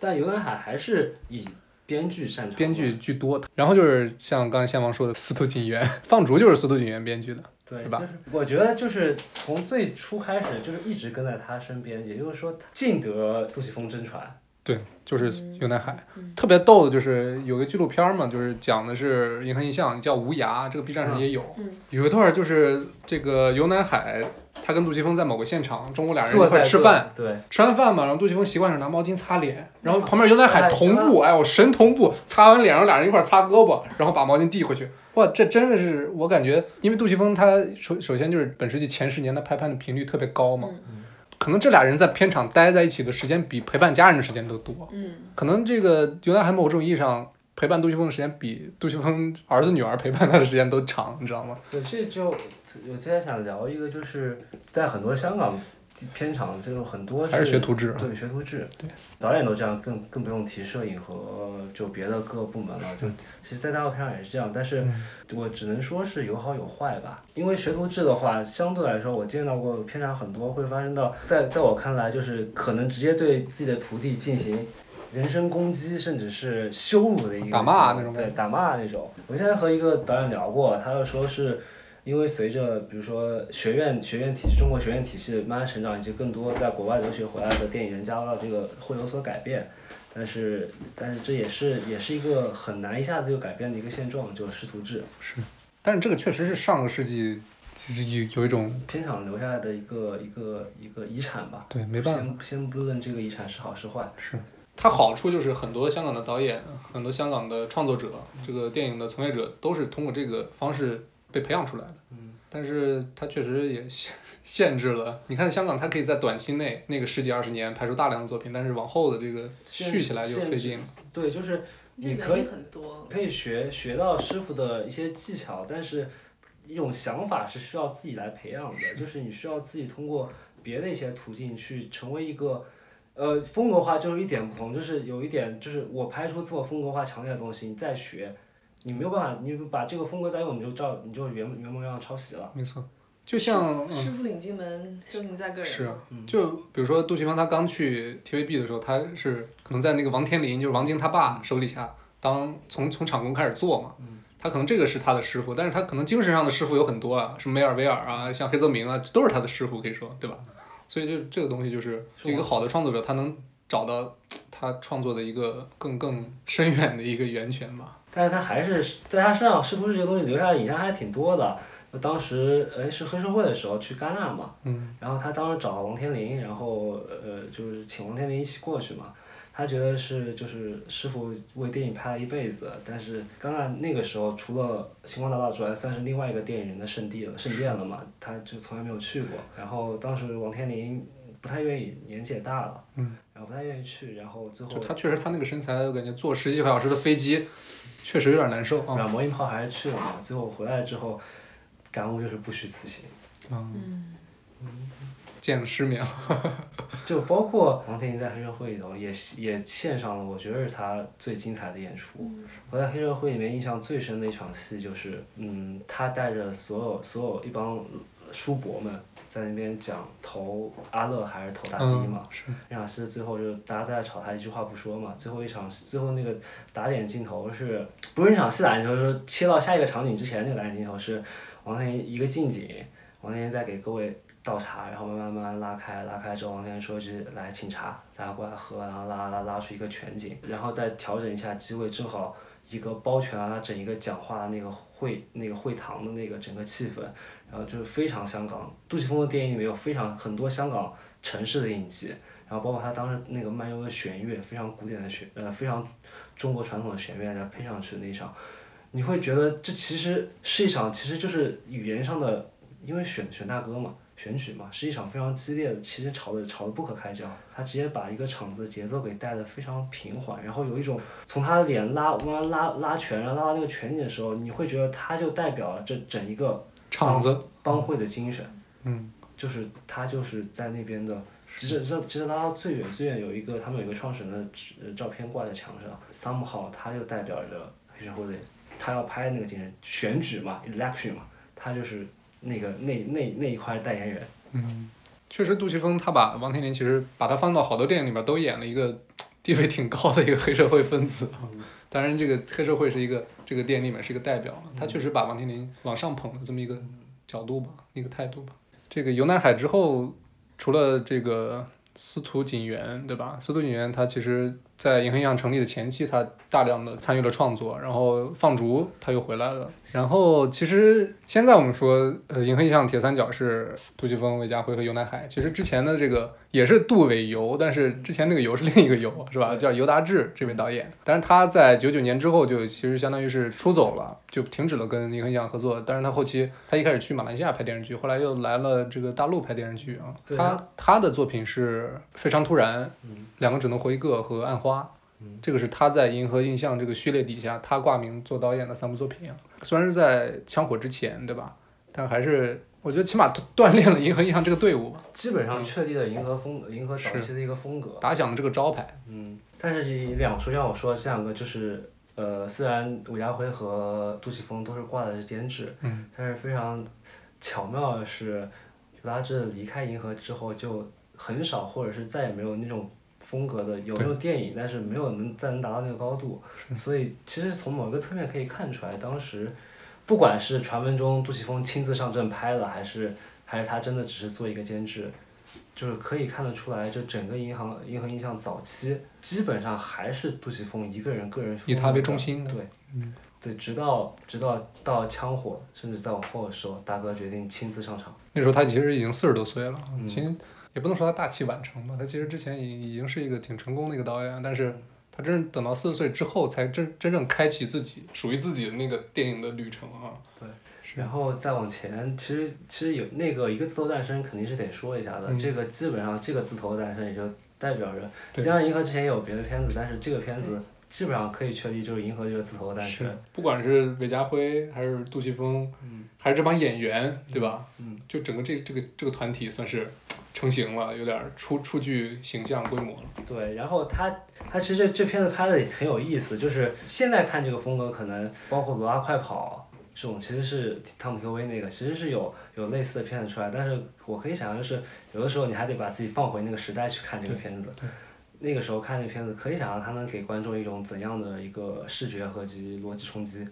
A: 但游南海还是以编剧擅长嘛，
B: 编剧居多。然后就是像刚才先王说的司徒锦源，放逐就是司徒锦源编剧的。
A: 对，
B: 对吧
A: 就是我觉得就是从最初开始就是一直跟在他身边，也就是说尽得杜琪峰真传。
B: 对，就是游南海。特别逗的就是有个纪录片儿嘛，就是讲的是《银河印象》，叫《无涯》，这个 B 站上也有。
D: 嗯
B: 有一段儿就是这个游南海，他跟杜琪峰在某个现场，中午俩人一
A: 坐
B: 块
A: 在
B: 儿吃饭，，
A: 对，
B: 吃完饭嘛，然后杜琪峰习惯是拿毛巾擦脸，然后旁边游南海同步，哎，我神同步，擦完脸，然后俩人一块儿擦胳膊，然后把毛巾递回去。哇，这真的是我感觉，因为杜琪峰他首首先就是本世纪前十年他拍片的频率特别高嘛
D: 嗯
A: 嗯，
B: 可能这俩人在片场待在一起的时间比陪伴家人的时间都多。
D: 嗯，
B: 可能这个尤南海某种意义上陪伴杜琪峰的时间比杜琪峰儿子女儿陪伴他的时间都长，你知道吗？
A: 对，这就我之前想聊一个，就是在很多香港片场这种很多
B: 还是学徒制啊，
A: 对，学徒制，
B: 对，
A: 导演都这样，更更不用提摄影和就别的各部门了。就其实，在大陆片上也是这样，但是我只能说是有好有坏吧。因为学徒制的话，相对来说，我见到过片场很多会发生到，在在我看来，就是可能直接对自己的徒弟进行。人身攻击，甚至是羞辱的一个
B: 打骂
A: 行为
B: 那种感
A: 对打骂那种。我之前和一个导演聊过，他就说是因为随着比如说学院学院体系，中国学院体系慢慢成长，以及更多在国外留学回来的电影人加入到这个会有所改变，但是但是这也是也是一个很难一下子就改变的一个现状，就是师徒制
B: 但是这个确实是上个世纪其实有有一种
A: 片场留下来的一个一个一个遗产吧。
B: 对没办法。
A: 先先不论这个遗产是好是坏，
B: 它好处就是很多香港的导演、很多香港的创作者、
A: 嗯
B: 这个电影的从业者都是通过这个方式被培养出来的。嗯，但是它确实也限限制了。你看香港，它可以在短期内那个十几二十年拍出大量的作品，但是往后的这个
A: 限
B: 续起来就
A: 限
B: 费
A: 制
B: 劲。
A: 对，就是
C: 这
A: 你
C: 原
A: 可以
C: 因很多。
A: 可以学学到师傅的一些技巧，但是一种想法是需要自己来培养的，就是你需要自己通过别的一些途径去成为一个。呃，风格化就是一点不同，就是有一点，就是我拍出自我风格化强烈的东西，你再学，你没有办法，你把这个风格再用，你就照，你就原原模样抄袭了。
B: 没错，就像嗯。
C: 师傅领进门，修行在个人。
B: 是啊，就比如说杜琪峰他刚去 TVB 的时候，他是可能在那个王天林，就是王晶他爸手底下当从从厂工开始做嘛。
A: 嗯
B: 他可能这个是他的师傅，但是他可能精神上的师傅有很多啊，什么梅尔维尔啊，像黑泽明啊，这都是他的师傅，可以说对吧？所以就这个东西就是
A: 是
B: 一个好的创作者，他能找到他创作的一个更更深远的一个源泉吧。
A: 但是他还是在他身上是不是这个东西留下的影像还挺多的。那当时哎是黑社会的时候去戛纳嘛，
B: 嗯，
A: 然后他当时找了王天林，然后呃就是请王天林一起过去嘛。他觉得是就是师傅为电影拍了一辈子，但是戛纳那个时候除了星光大道之外，算是另外一个电影人的圣地了，圣殿了嘛，他就从来没有去过。然后当时王天林不太愿意，年纪也大了，嗯，然后不太愿意去，然后最后
B: 就他确实他那个身材，我感觉坐十几个小时的飞机，确实有点难受啊。
A: 然后魔音炮还是去了嘛，最后回来之后，感悟就是不虚此行。
B: 见失眠。
A: 就包括王天林在黑社会里头也也献上了，我觉得是他最精彩的演出。我在黑社会里面印象最深的一场戏就是，嗯，他带着所有所有一帮叔伯们在那边讲投阿乐还是投大迪嘛，
B: 是
A: 那场戏最后就大家在吵，他一句话不说嘛。最后一场最后那个打脸镜头是，不是那场戏打脸镜头，是切到下一个场景之前那个打脸镜头是王天一个近景，王天一在给各位倒茶，然后慢慢慢慢拉开，拉开之后王天一说一句来请茶，大家过来喝，然后拉拉拉出一个全景，然后再调整一下机位，正好一个包全了他整一个讲话那个会那个会堂的那个整个气氛，然后就是非常香港，杜琪峰的电影里面有非常很多香港城市的影子。然后包括他当时那个慢悠悠的弦乐，非常古典的弦，呃，非常中国传统的弦乐，再配上去那一场，你会觉得这其实是一场，其实就是语言上的，因为选选大哥嘛，选曲嘛，是一场非常激烈的，其实吵得吵得不可开交。他直接把一个场子的节奏给带得非常平缓，然后有一种从他的脸拉拉拉拉拳，然后拉到那个拳击的时候，你会觉得他就代表了这整一个
B: 场子，
A: 帮会的精神。
B: 嗯，
A: 就是他就是在那边的，直至直直拉到最远最远有一个他们有一个创始人的纸呃照片挂在墙上，somehow 他就代表着黑社会的，他要拍那个精神选举嘛，election 嘛，他就是那个那那那一块代言人。
B: 嗯，确实，杜琪峰他把王天林其实把他放到好多电影里边都演了一个地位挺高的一个黑社会分子。 当然，这个黑社会是一个这个电影里面是一个代表了，他确实把王天林往上捧的这么一个角度吧，一个态度吧。这个游南海之后，除了这个司徒锦源，对吧？司徒锦源他其实在银河印象成立的前期，他大量的参与了创作，然后放逐他又回来了。然后其实现在我们说，呃，银河印象铁三角是杜琪峰、韦家辉和游南海。其实之前的这个也是杜伟游，但是之前那个游是另一个游，是吧？叫尤达志这位导演，但是他在九九年之后就其实相当于是出走了，就停止了跟银河印象合作。但是他后期他一开始去马来西亚拍电视剧，后来又来了这个大陆拍电视剧啊。
A: 对啊
B: 他他的作品是非常突然，两个只能活一个和暗花。这个是他在银河印象这个序列底下，他挂名做导演的三部作品啊。虽然是在枪火之前，对吧？但还是我觉得起码锻锻炼了银河印象这个队伍吧，
A: 基本上确立了银河风格，银河早期的一个风格。
B: 打响了这个招牌。
A: 嗯，但是两就像我说，这两个就是呃，虽然韦家辉和杜琪峰都是挂的是监制，
B: 嗯，
A: 但是非常巧妙的是，刘大志离开银河之后就很少，或者是再也没有那种。风格的有那种电影，但是没有能再能达到那个高度，所以其实从某个侧面可以看出来，当时不管是传闻中杜琪峰亲自上阵拍了，还是还是他真的只是做一个监制，就是可以看得出来，就整个银行银河印象早期基本上还是杜琪峰一个人个人风格
B: 以他为中心的嗯
A: 对，对，直到直到到枪火，甚至再往后的时候，大哥决定亲自上场。
B: 那时候他其实已经四十多岁了，其实也不能说他大器晚成吧，他其实之前已已经是一个挺成功的一个导演，但是他真是等到四十岁之后才真真正开启自己属于自己的那个电影的旅程啊。是
A: 然后再往前，其实其实有那个一个字头诞生，肯定是得说一下的。
B: 嗯
A: 这个基本上这个字头诞生也就代表着，
B: 对
A: 虽然银河之前也有别的片子，但是这个片子基本上可以确立就是银河这个字头的诞生。
B: 不管是韦家辉还是杜琪峰，还是这帮演员，对吧？
A: 嗯，
B: 就整个这这个这个团体算是成型了，有点儿出出具形象规模了。
A: 对，然后他他其实这这片子拍的也很有意思，就是现在看这个风格，可能包括《罗拉快跑》这种，其实是汤姆·克威那个，其实是有有类似的片子出来，但是我可以想象，就是有的时候你还得把自己放回那个时代去看这个片子。那个时候看这片子，可以想象它能给观众一种怎样的一个视觉和及逻辑冲击。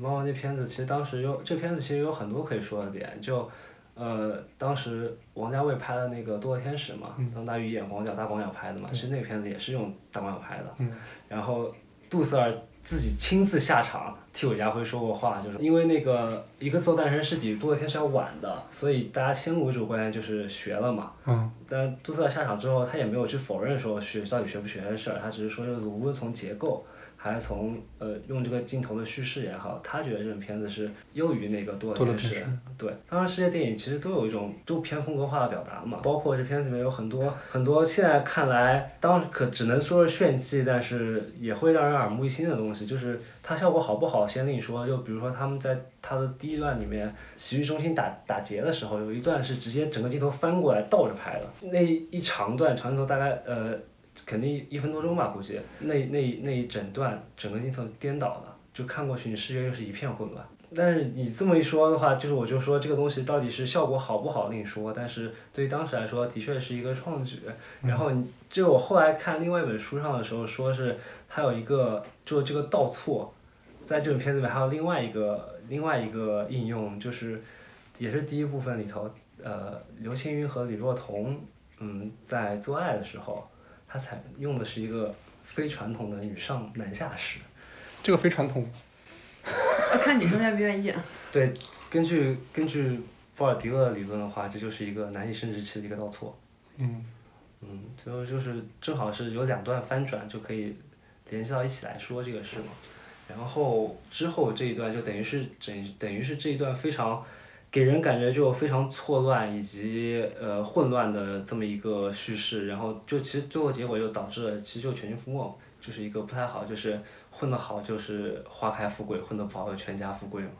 A: 包括那片子，其实当时有这片子其实有很多可以说的点，就呃，当时王家卫拍的那个《堕落天使》嘛，张大宇演广角大广角拍的嘛，其实那个片子也是用大广角拍的。然后杜塞尔自己亲自下场替韦家辉说过话，就是因为那个《一个字的诞生》是比《堕落天使》要晚的，所以大家先入为主观念就是学了嘛。
B: 嗯，
A: 但杜塞尔下场之后，他也没有去否认说学到底学不学的事儿，他只是说就是无论从结构还是从呃用这个镜头的叙事也好，他觉得这种片子是优于那个多
B: 多
A: 的
B: 了
A: 片
B: 片
A: 式。对，当然世界电影其实都有一种就偏风格化的表达嘛，包括这片子里面有很多很多现在看来，当可只能说是炫技，但是也会让人耳目一新的东西，就是它效果好不好先另说。就比如说他们在他的第一段里面，洗浴中心打打劫的时候，有一段是直接整个镜头翻过来倒着拍的，那一长段长镜头大概呃肯定一分多钟吧，估计那那那一整段整个镜头颠倒了，就看过去你视觉又是一片混乱。但是你这么一说的话，就是我就说这个东西到底是效果好不好另说，但是对于当时来说的确是一个创举。然后你这个我后来看另外一本书上的时候，说是它有一个就这个倒错，在这本片子里面还有另外一个另外一个应用，就是也是第一部分里头，呃，刘青云和李若彤，嗯，在做爱的时候，他采用的是一个非传统的女上男下式。
B: 这个非传统。
D: 呃，看女生愿不愿意。
A: 对，根据根据波尔迪厄理论的话，这就是一个男性生殖器的一个倒错。
B: 嗯，
A: 嗯，最后就是正好是有两段翻转，就可以联系到一起来说这个事嘛。然后之后这一段就等于是等等于是这一段非常给人感觉就非常错乱以及呃混乱的这么一个叙事，然后就其实最后结果就导致了其实就全军覆没，就是一个不太好，就是混得好就是花开富贵，混得不好就全家富贵嘛。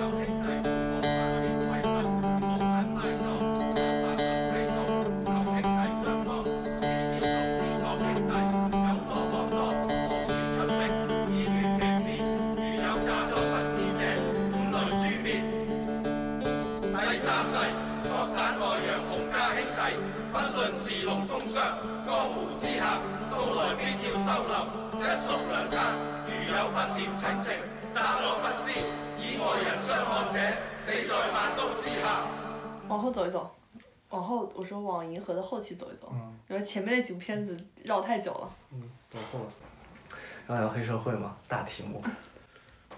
E: Hãy subscribe cho kênh Ghiền Mì Gõ Để không bỏ lỡ 上，歌湖之客，到來必要收留。一宿兩餐，如有不念請情，詐作不知，以外人傷害者，死在萬刀之下。
C: 往后走一走，往后我说往银河的后期走一走，
B: 嗯
C: 因为前面那几部片子绕太久了。
A: 走后了。要聊黑社会吗？大题目。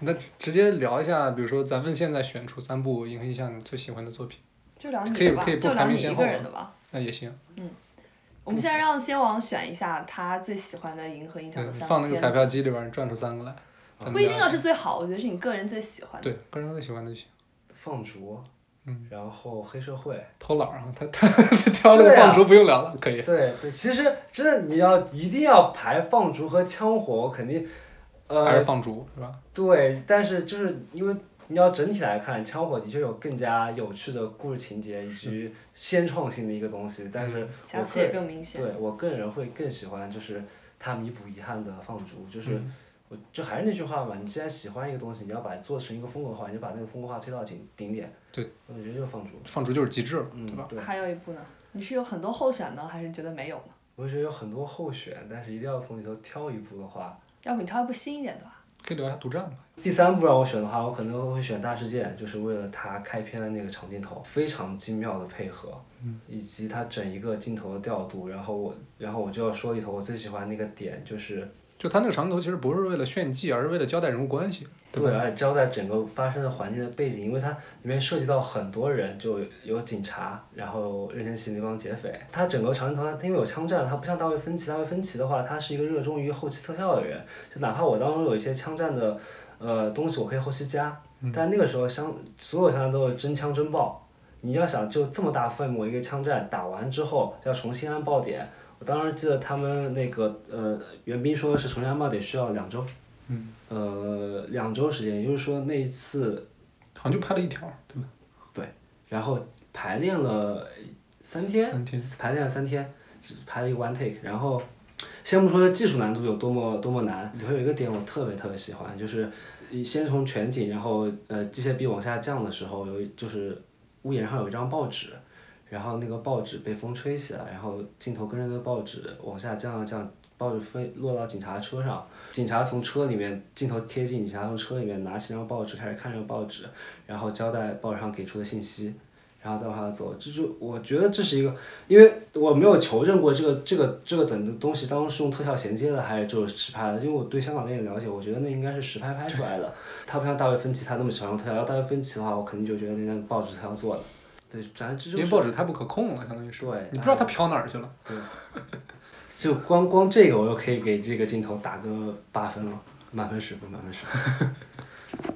B: 那直接聊一下，比如说咱们现在选出三部影响你最喜欢的作品，
C: 就聊你
B: 可以
C: 的吧，
B: 可以不
C: 就
B: 排
C: 聊
B: 名
C: 你
B: 先
C: 一
B: 后
C: 个
B: 啊
C: 人的吧。
B: 那也行。
C: 我们现在让仙王选一下他最喜欢的银河印象
B: 对，
C: 的
B: 你
C: 三
B: 放那
C: 部
B: 个
C: 片
B: 彩
C: 子，
B: 票机里边儿转出三
A: 啊
B: 个来，咱们
C: 不一
B: 家
C: 定要是最好，我觉得是你个人最喜欢的。
B: 对个人最喜欢的就行。
A: 放逐，
B: 嗯，
A: 然后黑社会，
B: 偷懒儿啊，他他他挑那个
C: 啊
B: 放逐不用聊了，可以。
A: 对对，其实真的你要一定要排放逐和枪火，我肯定，
B: 还是
A: 呃，
B: 放逐是吧？
A: 对，但是就是因为你要整体来看，枪火的确有更加有趣的故事情节以及先创新的一个东西，但是
C: 瑕
A: 我
C: 疵
A: 个
C: 也
A: 人
C: 更明显。
A: 对我个人会更喜欢就是他弥补遗憾的放逐，就是
B: 嗯
A: 我就还是那句话嘛，你既然喜欢一个东西，你要把它做成一个风格化，你就把那个风格化推到顶顶点。
B: 对，
A: 我觉得就是放逐，
B: 放逐就是极致了，
A: 嗯，
B: 对吧？
A: 对。
C: 还有一部呢？你是有很多候选呢，还是觉得没有呢？
A: 我觉得有很多候选，但是一定要从里头挑一部的话，
C: 要不你挑一部新一点的吧？
B: 可以聊一下独占吧。
A: 第三部让我选的话，我可能会选《大事件》，就是为了它开篇的那个长镜头，非常精妙的配合，
B: 嗯
A: 以及它整一个镜头的调度。然后我，然后我就要说里头我最喜欢那个点，就是
B: 就他那个长头其实不是为了炫技，而是为了交代人物关系，对
A: 对，而且交代整个发生的环境的背景，因为它里面涉及到很多人，就有警察，然后任贤齐那帮劫匪。它整个长镜头，它因为有枪战，它不像大卫芬奇，大卫芬奇的话，他是一个热衷于后期特效的人，就哪怕我当中有一些枪战的呃东西，我可以后期加，但那个时候相所有枪战都是真枪真爆。你要想就这么大规模一个枪战打完之后，要重新按爆点。我当时记得他们那个呃袁兵说是重新按爆点需要两周。呃，两周时间，也就是说那一次，
B: 好像就拍了一条，
A: 啊
B: 对吧？
A: 然后排练了三天，
B: 三天，
A: 排练了三天，只排了一个 one take。然后，先不说技术难度有多么多么难，里头有一个点我特别特别喜欢，就是先从全景，然后呃机械臂往下降的时候，有一就是屋檐上有一张报纸，然后那个报纸被风吹起来，然后镜头跟着那个报纸往下降啊降，报纸飞落到警察车上，警察从车里面镜头贴近警察从车里面拿起那张报纸开始看这个报纸，然后交代报纸上给出的信息。然后再往下走，这就我觉得这是一个，因为我没有求证过这个这个这个等的东西当中是用特效衔接的还是就是实拍的，因为我对香港电影了解，我觉得那应该是实拍拍出来的。他不像大卫芬奇，他那么喜欢用特效。要大卫芬奇的话，我肯定就觉得那张报纸是他要做的。对，反正这就是
B: 因为报纸太不可控了，相当于是。
A: 对哎
B: 你不知道它飘哪儿去了。
A: 就光光这个，我就可以给这个镜头打个八分了，满分十分，满分十分。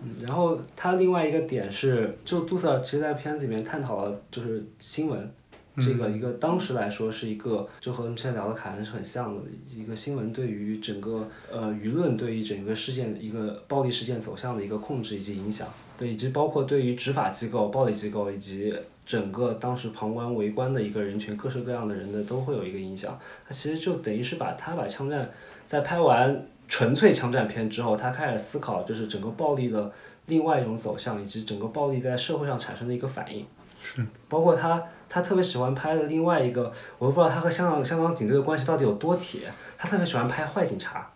A: 嗯然后他另外一个点是，就杜塞尔其实，在片子里面探讨了就是新闻，这个一个当时来说是一个，就和我们现在聊的凯恩是很像的一个新闻，对于整个呃舆论对于整个事件一个暴力事件走向的一个控制以及影响，对，以及包括对于执法机构、暴力机构以及整个当时旁观围观的一个人群，各式各样的人的都会有一个影响。他其实就等于是把他把枪战在拍完纯粹枪战片之后，他开始思考就是整个暴力的另外一种走向，以及整个暴力在社会上产生的一个反应。是，包括他他特别喜欢拍的另外一个，我不知道他和香港香港警队的关系到底有多铁，他特别喜欢拍坏警察。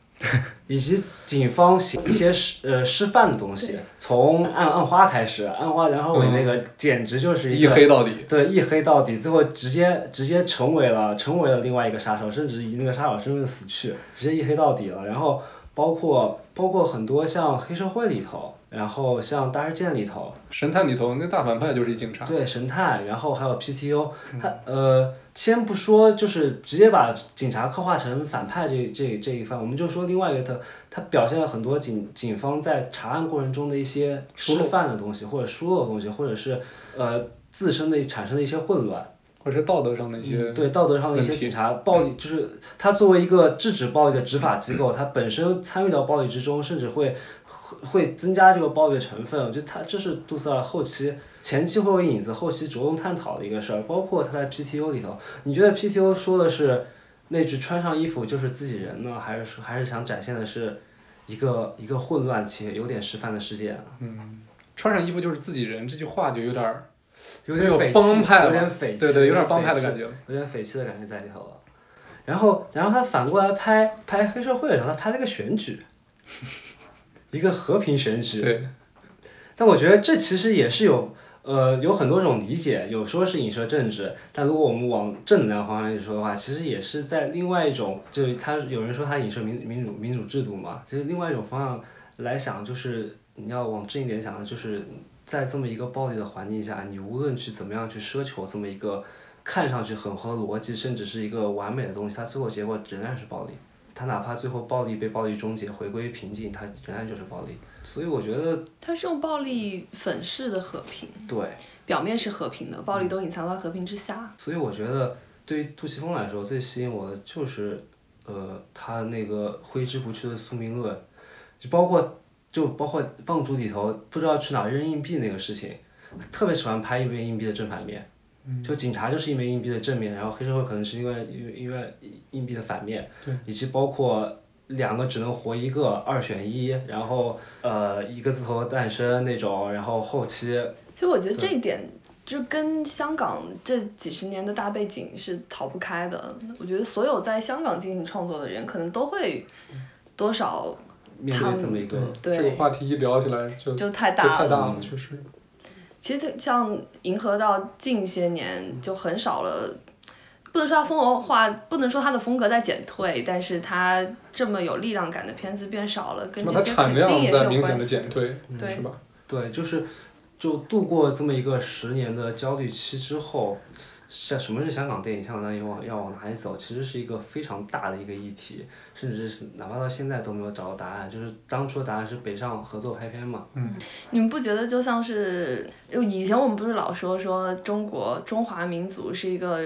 A: 以及警方写一些示呃示范的东西，从暗暗花开始，暗花梁朝伟那个简直就是一
B: 一
A: 个
B: 黑到底。
A: 对，一黑到底，最后直接直接成为了成为了另外一个杀手，甚至以那个杀手身份死去，直接一黑到底了。然后包括包括很多像黑社会里头，然后像大事件里头，
B: 神探里头那大反派就是一警察，嗯
A: 对神探，然后还有 PTO，他呃，先不说就是直接把警察刻画成反派这这这一番，我们就说另外一个他他表现了很多警警方在查案过程中的一些
B: 疏
A: 失范的东西，或者疏漏的东西，或者是呃自身的产生的一些混乱。
B: 或者是道德上的一些。
A: 嗯、对道德上的一些
B: 问题嗯
A: 警察暴力，就是他作为一个制止暴力的执法机构，他本身参与到暴力之中，甚至会会增加这个暴力的成分。我觉得他这是杜塞尔后期前期会有影子，后期着重探讨的一个事儿。包括他在 PTO 里头，你觉得 PTO 说的是那句“穿上衣服就是自己人”呢，还是说还是想展现的是一个一个混乱且有点失范的世界呢？
B: 穿上衣服就是自己人，这句话就有点儿
A: 有点
B: 有
A: 匪气
B: 帮派了
A: 有点匪气，
B: 对对，有点帮派的
A: 匪气
B: 感觉了。
A: 有点匪气的感觉在里头了。然后然后他反过来拍拍黑社会的时候，他拍了个选 举，一个和平选举。
B: 对，
A: 但我觉得这其实也是有呃有很多种理解，有说是影射政治，但如果我们往正能量方向去说的话，其实也是在另外一种，就是他有人说他影射民民主民主制度嘛，就是另外一种方向来想，就是你要往正一点想的，就是在这么一个暴力的环境下，你无论去怎么样去奢求这么一个看上去很合逻辑，甚至是一个完美的东西，它最后结果仍然是暴力。它哪怕最后暴力被暴力终结，回归平静，它仍然就是暴力。所以我觉得
C: 它是用暴力粉饰的和平，
A: 对。
C: 表面是和平的，暴力都隐藏在和平之下。
A: 所以我觉得，对于杜琪峰来说，最吸引我的就是，呃，他那个挥之不去的宿命论，就包括就包括放猪里头不知道去哪扔硬币那个事情，特别喜欢拍一枚硬币的正反面，就警察就是一枚硬币的正面，然后黑社会可能是另外一另外硬币的反面，以及包括。两个只能活一个，二选一，然后呃一个字头的诞生那种，然后后期
B: 嗯
C: 其实我觉得这一点就是跟香港这几十年的大背景是逃不开的。我觉得所有在香港进行创作的人，可能都会多少
A: 面
C: 他
A: 对
C: 们
A: 这么一个
B: 这个
C: 对，
B: 话题一聊起来就
C: 就太
B: 就
C: 大
B: 太
C: 了。
B: 大了，确实。
C: 其实像银河到近些年就很少了，不能说它风格化，不能说它的风格在减退，但是它这么有力量感的片子变少了，跟
B: 那
C: 这
B: 它
C: 些肯
B: 产
C: 定
B: 量
C: 也是
B: 在
C: 有
B: 明
C: 关
B: 显的
C: 系
B: 减退，
C: 对
B: 是吧？
A: 对，就是就度过这么一个十年的焦虑期之后，像什么是香港电影，香港电影往要往哪里走，其实是一个非常大的一个议题，甚至是哪怕到现在都没有找到答案。就是当初的答案是北上合作拍片嘛，
C: 你们不觉得就像是，就以前我们不是老说说中国中华民族是一个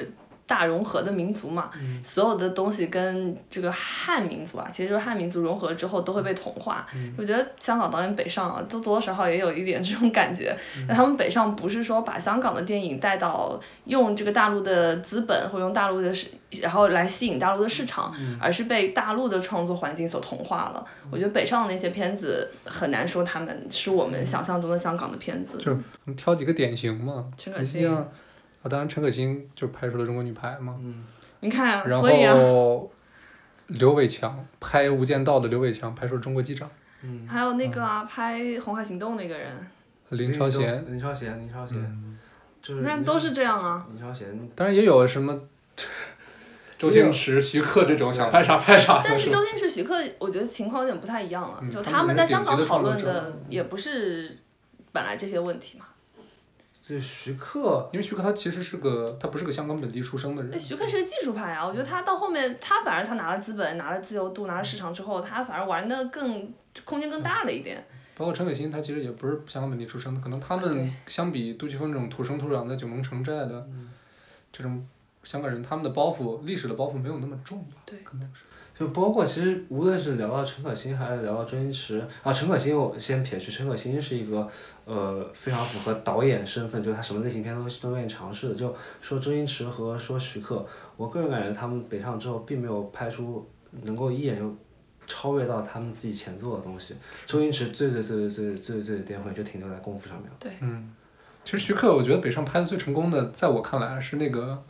C: 大融合的民族嘛？所有的东西跟这个汉民族啊，其实就是汉民族融合之后都会被同化。我觉得香港导演北上啊，都多多少少也有一点这种感觉。那、他们北上不是说把香港的电影带到用这个大陆的资本或用大陆的市，然后来吸引大陆的市场，而是被大陆的创作环境所同化了。我觉得北上的那些片子很难说他们是我们想象中的香港的片子。
B: 就我们挑几个典型嘛，
C: 嗯陈
B: 一
C: 可
B: 定
C: 辛
B: 要啊，当然陈可辛就拍出了《中国女排》嘛，
C: 你看啊，
B: 然
C: 所以啊，
B: 后刘伟强拍《无间道》的刘伟强拍出了《中国机长嗯
C: 还有那个啊，拍《红海行动》那个人，》，
B: 林超贤，嗯
A: 林超贤，林超贤，就是
C: 不然
A: 林
C: 都是这样啊。
A: 林超贤，
B: 当然也有什么 周星驰、徐克这种想拍啥拍啥的，
C: 但是
B: 是吧？
C: 周星驰、徐克，我觉得情况有点不太一样了。
B: 嗯
C: 就
B: 他
C: 他
B: 们
C: 们
B: 是
C: 在
B: 顶
C: 香
B: 级
C: 港
B: 的
C: 讨
B: 创作
C: 论
B: 者
C: 的也不是本来这些问题嘛。
A: 就是徐克，
B: 因为徐克他其实是个，他不是个香港本地出生的
C: 那
B: 人，
C: 哎
B: 嗯
C: 徐克是个技术派啊，我觉得他到后面，他反而他拿了资本、拿了自由度、拿了市场之后，他反而玩的更空间更大了一点。
B: 包括陈可辛，他其实也不是香港本地出生的，可能他
C: 啊对
B: 们相比杜琪峰这种土生土长在九龙城寨的这种香港人，他们的包袱历史的包袱没有那么重吧？
C: 对
B: 可能
A: 就包括其实无论是聊到陈可辛，还是聊到周星驰啊，陈可辛我先撇去，陈可辛是一个呃非常符合导演身份，就是他什么类型片都都愿意尝试的。就说周星驰和说徐克，我个人感觉他们北上之后并没有拍出能够一眼就超越到他们自己前作的东西。周星驰最最最最最最最的巅峰就停留在功夫上面了。
B: 其实徐克，我觉得北上拍的最成功的，在我看来是那个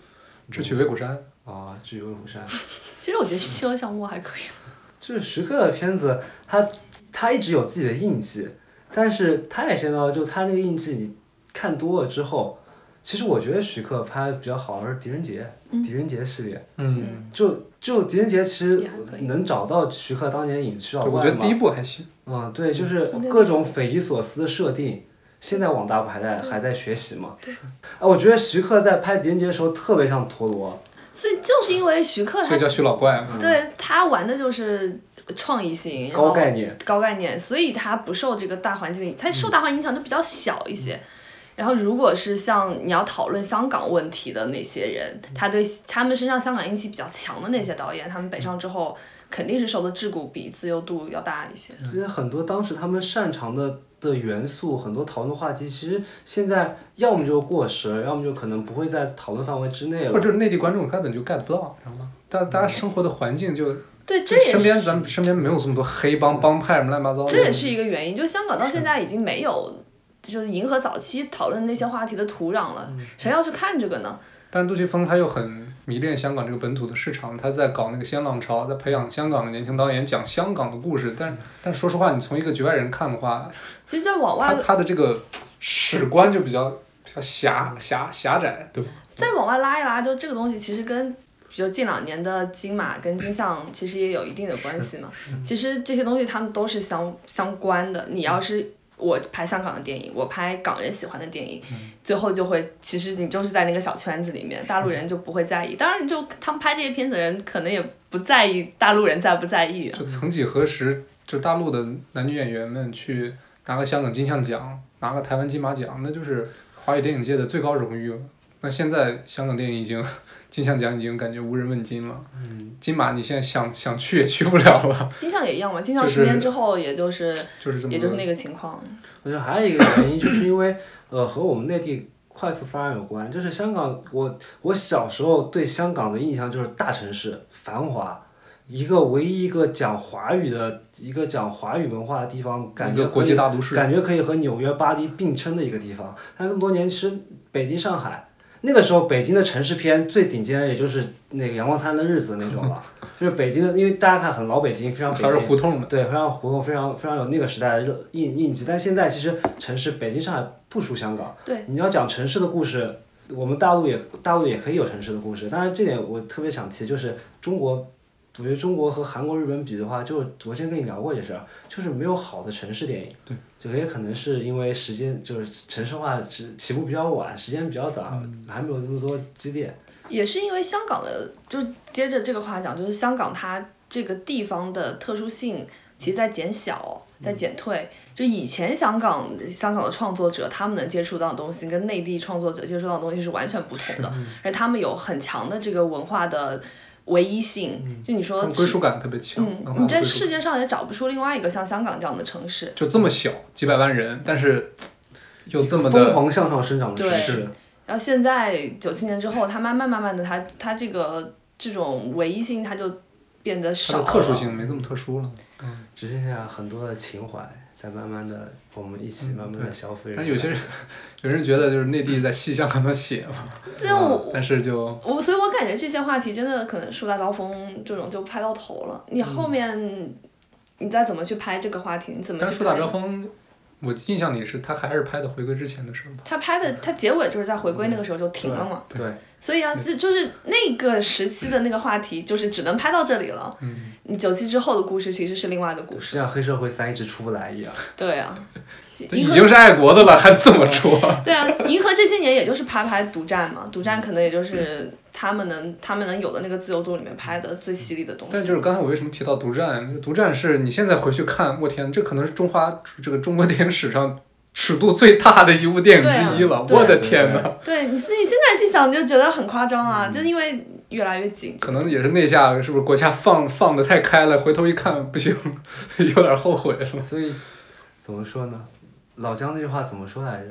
B: 《智取威虎山》，
A: 啊，至于威虎山。
C: 其实我觉得《西游降魔》还可以。
A: 就是徐克的片子，他他一直有自己的印记，但是他也想到，就他那个印记，你看多了之后，其实我觉得徐克拍比较好的是狄仁杰，狄仁杰系列，
B: 嗯，
A: 就就狄仁杰其实
C: 也还可以
A: 能找到徐克当年影子去
B: 对，
A: 老
B: 我
A: 外
B: 觉得
A: 嘛
B: 第一部还行。
A: 嗯，对，就是
C: 嗯
A: 各种匪夷所思的设定。现在网大不还在还在学习嘛？啊，我觉得徐克在拍《狄仁杰》的时候特别像陀螺，
C: 所以就是因为徐克
B: 所
C: 他
B: 以叫徐老怪啊嘛。
C: 对他玩的就是创意性，然
A: 高
C: 后
A: 概念。
C: 高概念，所以他不受这个大环境的影，他受大环境影响就比较小一些。然后，如果是像你要讨论香港问题的那些人，他对他们身上香港印记比较强的那些导演，他们北上之后肯定是受的桎梏比自由度要大一些。
A: 因为很多当时他们擅长的的元素，很多讨论话题，其实现在要么就过时了，要么就可能不会在讨论范围之内
B: 或
A: 了。嗯
B: 者内地观众根本就 get 不到，知道吗？大大家生活的环境就
C: 对，这也
B: 身边
C: 是
B: 咱们身边没有这么多黑帮帮派什么乱七八糟的。
C: 这也是一个原因，就香港到现在已经没有就是迎合早期讨论那些话题的土壤了，谁要去看这个呢？
B: 但是杜琪峰他又很迷恋香港这个本土的市场，他在搞那个新浪潮，在培养香港的年轻导演，讲香港的故事。
A: 嗯
B: 但但说实话，你从一个局外人看的话，
C: 其实，在往
B: 他
C: 外
B: 他的这个史观就比较比较狭狭狭窄，对吧？
C: 再往外拉一拉，就这个东西其实跟，比如近两年的金马跟金像其实也有一定的关系嘛。其实这些东西它们都是相相关的。你要是我拍香港的电影，我拍港人喜欢的电影，
B: 嗯
C: 最后就会其实你就是在那个小圈子里面，大陆人就不会在意。当然就，他们拍这些片子的人可能也不在意大陆人在不 在意啊。
B: 就曾几何时，就大陆的男女演员们去拿个香港金像奖，拿个台湾金马奖，那就是华语电影界的最高荣誉了。那现在香港电影已经金像奖已经感觉无人问津了，
A: 嗯
B: 金马你现在想想去也去不了了，
C: 金像也一样嘛，金像
B: 就是
C: 十年之后，也就是
B: 就是这么
C: 也就是
B: 个。
C: 那个情况。
A: 我觉得还有一个原因，就是因为呃和我们内地快速发展有关。就是香港，我我小时候对香港的印象就是大城市繁华，一个唯一一个讲华语的一个讲华语文化的地方，感
B: 一
A: 觉
B: 个国
A: 可以
B: 际大都市，
A: 感觉可以和纽约、巴黎并称的一个地方。但这么多年，其实北京、上海那个时候，北京的城市片最顶尖的也就是那个《阳光灿烂的日子》那种了，就是北京的，因为大家看很老北京，非常北
B: 还是
A: 京。
B: 胡同嘛，
A: 对，非常活动，非常非常有那个时代的热印印记。但现在其实城市北京、上海不输香港。
C: 对，
A: 你要讲城市的故事，我们大陆也大陆也可以有城市的故事。当然，这点我特别想提，就是中国，我觉得中国和韩国、日本比的话，就我之前跟你聊过这事儿，就是没有好的城市电影。对，就也可能是因为时间就是城市化起起步比较晚，时间比较短，
B: 嗯
A: 还没有这么多积淀。
C: 也是因为香港的，就接着这个话讲，就是香港它这个地方的特殊性，其实在减小，
B: 嗯
C: 在减退。就以前香港香港的创作者，他们能接触到的东西，跟内地创作者接触到的东西是完全不同的，
B: 嗯
C: 而他们有很强的这个文化的唯一性。就你
B: 他
C: 说
B: 们，嗯归属感特别强，文
C: 嗯，
B: 化
C: 你在
B: 归属
C: 世界上也找不出另外一个像香港这样的城市。
B: 就这么小，几百万人，但是
C: 嗯
B: 又这么
A: 疯
B: 的
A: 狂向上生长的城
C: 对
A: 市，
C: 然后现在九七年之后，它慢慢慢慢的，它它这个这种唯一性，它就变得
B: 它
C: 少啊
B: 的
C: 了。
B: 特殊性没这么特殊了。
A: 只剩下很多的情怀在慢慢的我们一起慢慢的消费。
B: 但有些人，有人觉得就是内地在戏香港的血 嘛，啊
C: 但啊我
B: 但是就
C: 我所以，我感觉这些话题真的可能树大招风这种就拍到头了。你后面你再怎么去拍这个话题，你怎么
B: 嗯但
C: 去
B: 是
C: 拍？
B: 树大招风，我印象里是他还是拍的回归之前的事儿吧。
C: 他拍
B: 嗯
C: 的他结尾就是在回归那个时候就停了嘛。
A: 对，
C: 所以
B: 嗯
C: 啊，这就是那个时期的那个话题，就是只能拍到这里了。
B: 嗯，
C: 你九七之后的故事其实是另外的故
A: 是
C: 事。
A: 像黑社会三一直出不来一样。
C: 对啊，
B: 都已
C: 银河
B: 经是爱国的了，还这 么说？
C: 对啊，银河这些年也就是拍拍独占嘛，独占可能也就是他们能他们能有的那个自由度里面拍的最犀利的东西。
B: 但就是刚才我为什么提到独占？独占是你现在回去看，我天，这可能是中华这个中国电影史上尺度最大的一部电影之一了。
C: 对啊
B: 我的
A: 对
B: 天哪！
C: 对你，你现在去想，你就觉得很夸张
A: 嗯
C: 啊，就因为越来越紧。
B: 可能也是那下是不是国家放放的太开了？回头一看不行， 有点后悔了。
A: 所以怎么说呢？老姜那句话怎么说来着？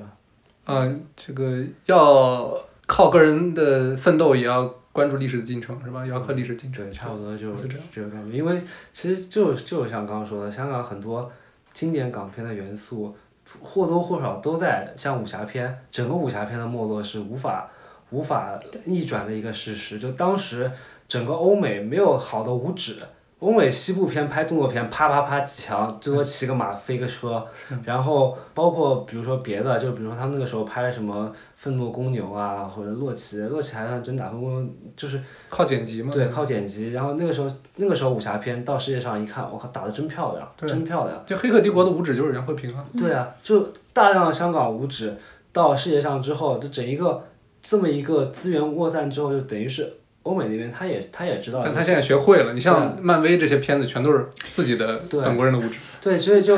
B: 嗯，这个要靠个人的奋斗，也要关注历史的进程，是吧？也要靠历史进程。
A: 对，差不多就是
B: 这样
A: 这个感觉。因为其实就就像刚刚说的，香港很多经典港片的元素或多或少都在像武侠片，整个武侠片的没落是无法无法逆转的一个事实。就当时整个欧美没有好的武指。欧美西部片拍动作片，啪啪啪几枪，最多骑个马飞个车，然后包括比如说别的，就比如说他们那个时候拍什么《愤怒公牛》啊，或者《洛奇》，洛奇还算真打，愤怒公牛就是。
B: 靠剪辑嘛。
A: 对，靠剪辑。然后那个时候，那个时候武侠片到世界上一看，我靠，打的真漂亮，
B: 对
A: 真漂亮。
B: 就《黑客帝国》的五指就是袁和平啊，
A: 对啊，就大量的香港武指到世界上之后，就整一个这么一个资源扩散之后，就等于是欧美那边他也他也知道
B: 但
A: 这
B: 他
A: 个，
B: 现在学会了。你像
A: 对啊
B: 漫威这些片子，全都是自己的
A: 对
B: 本国人的五指。
A: 对，所以就。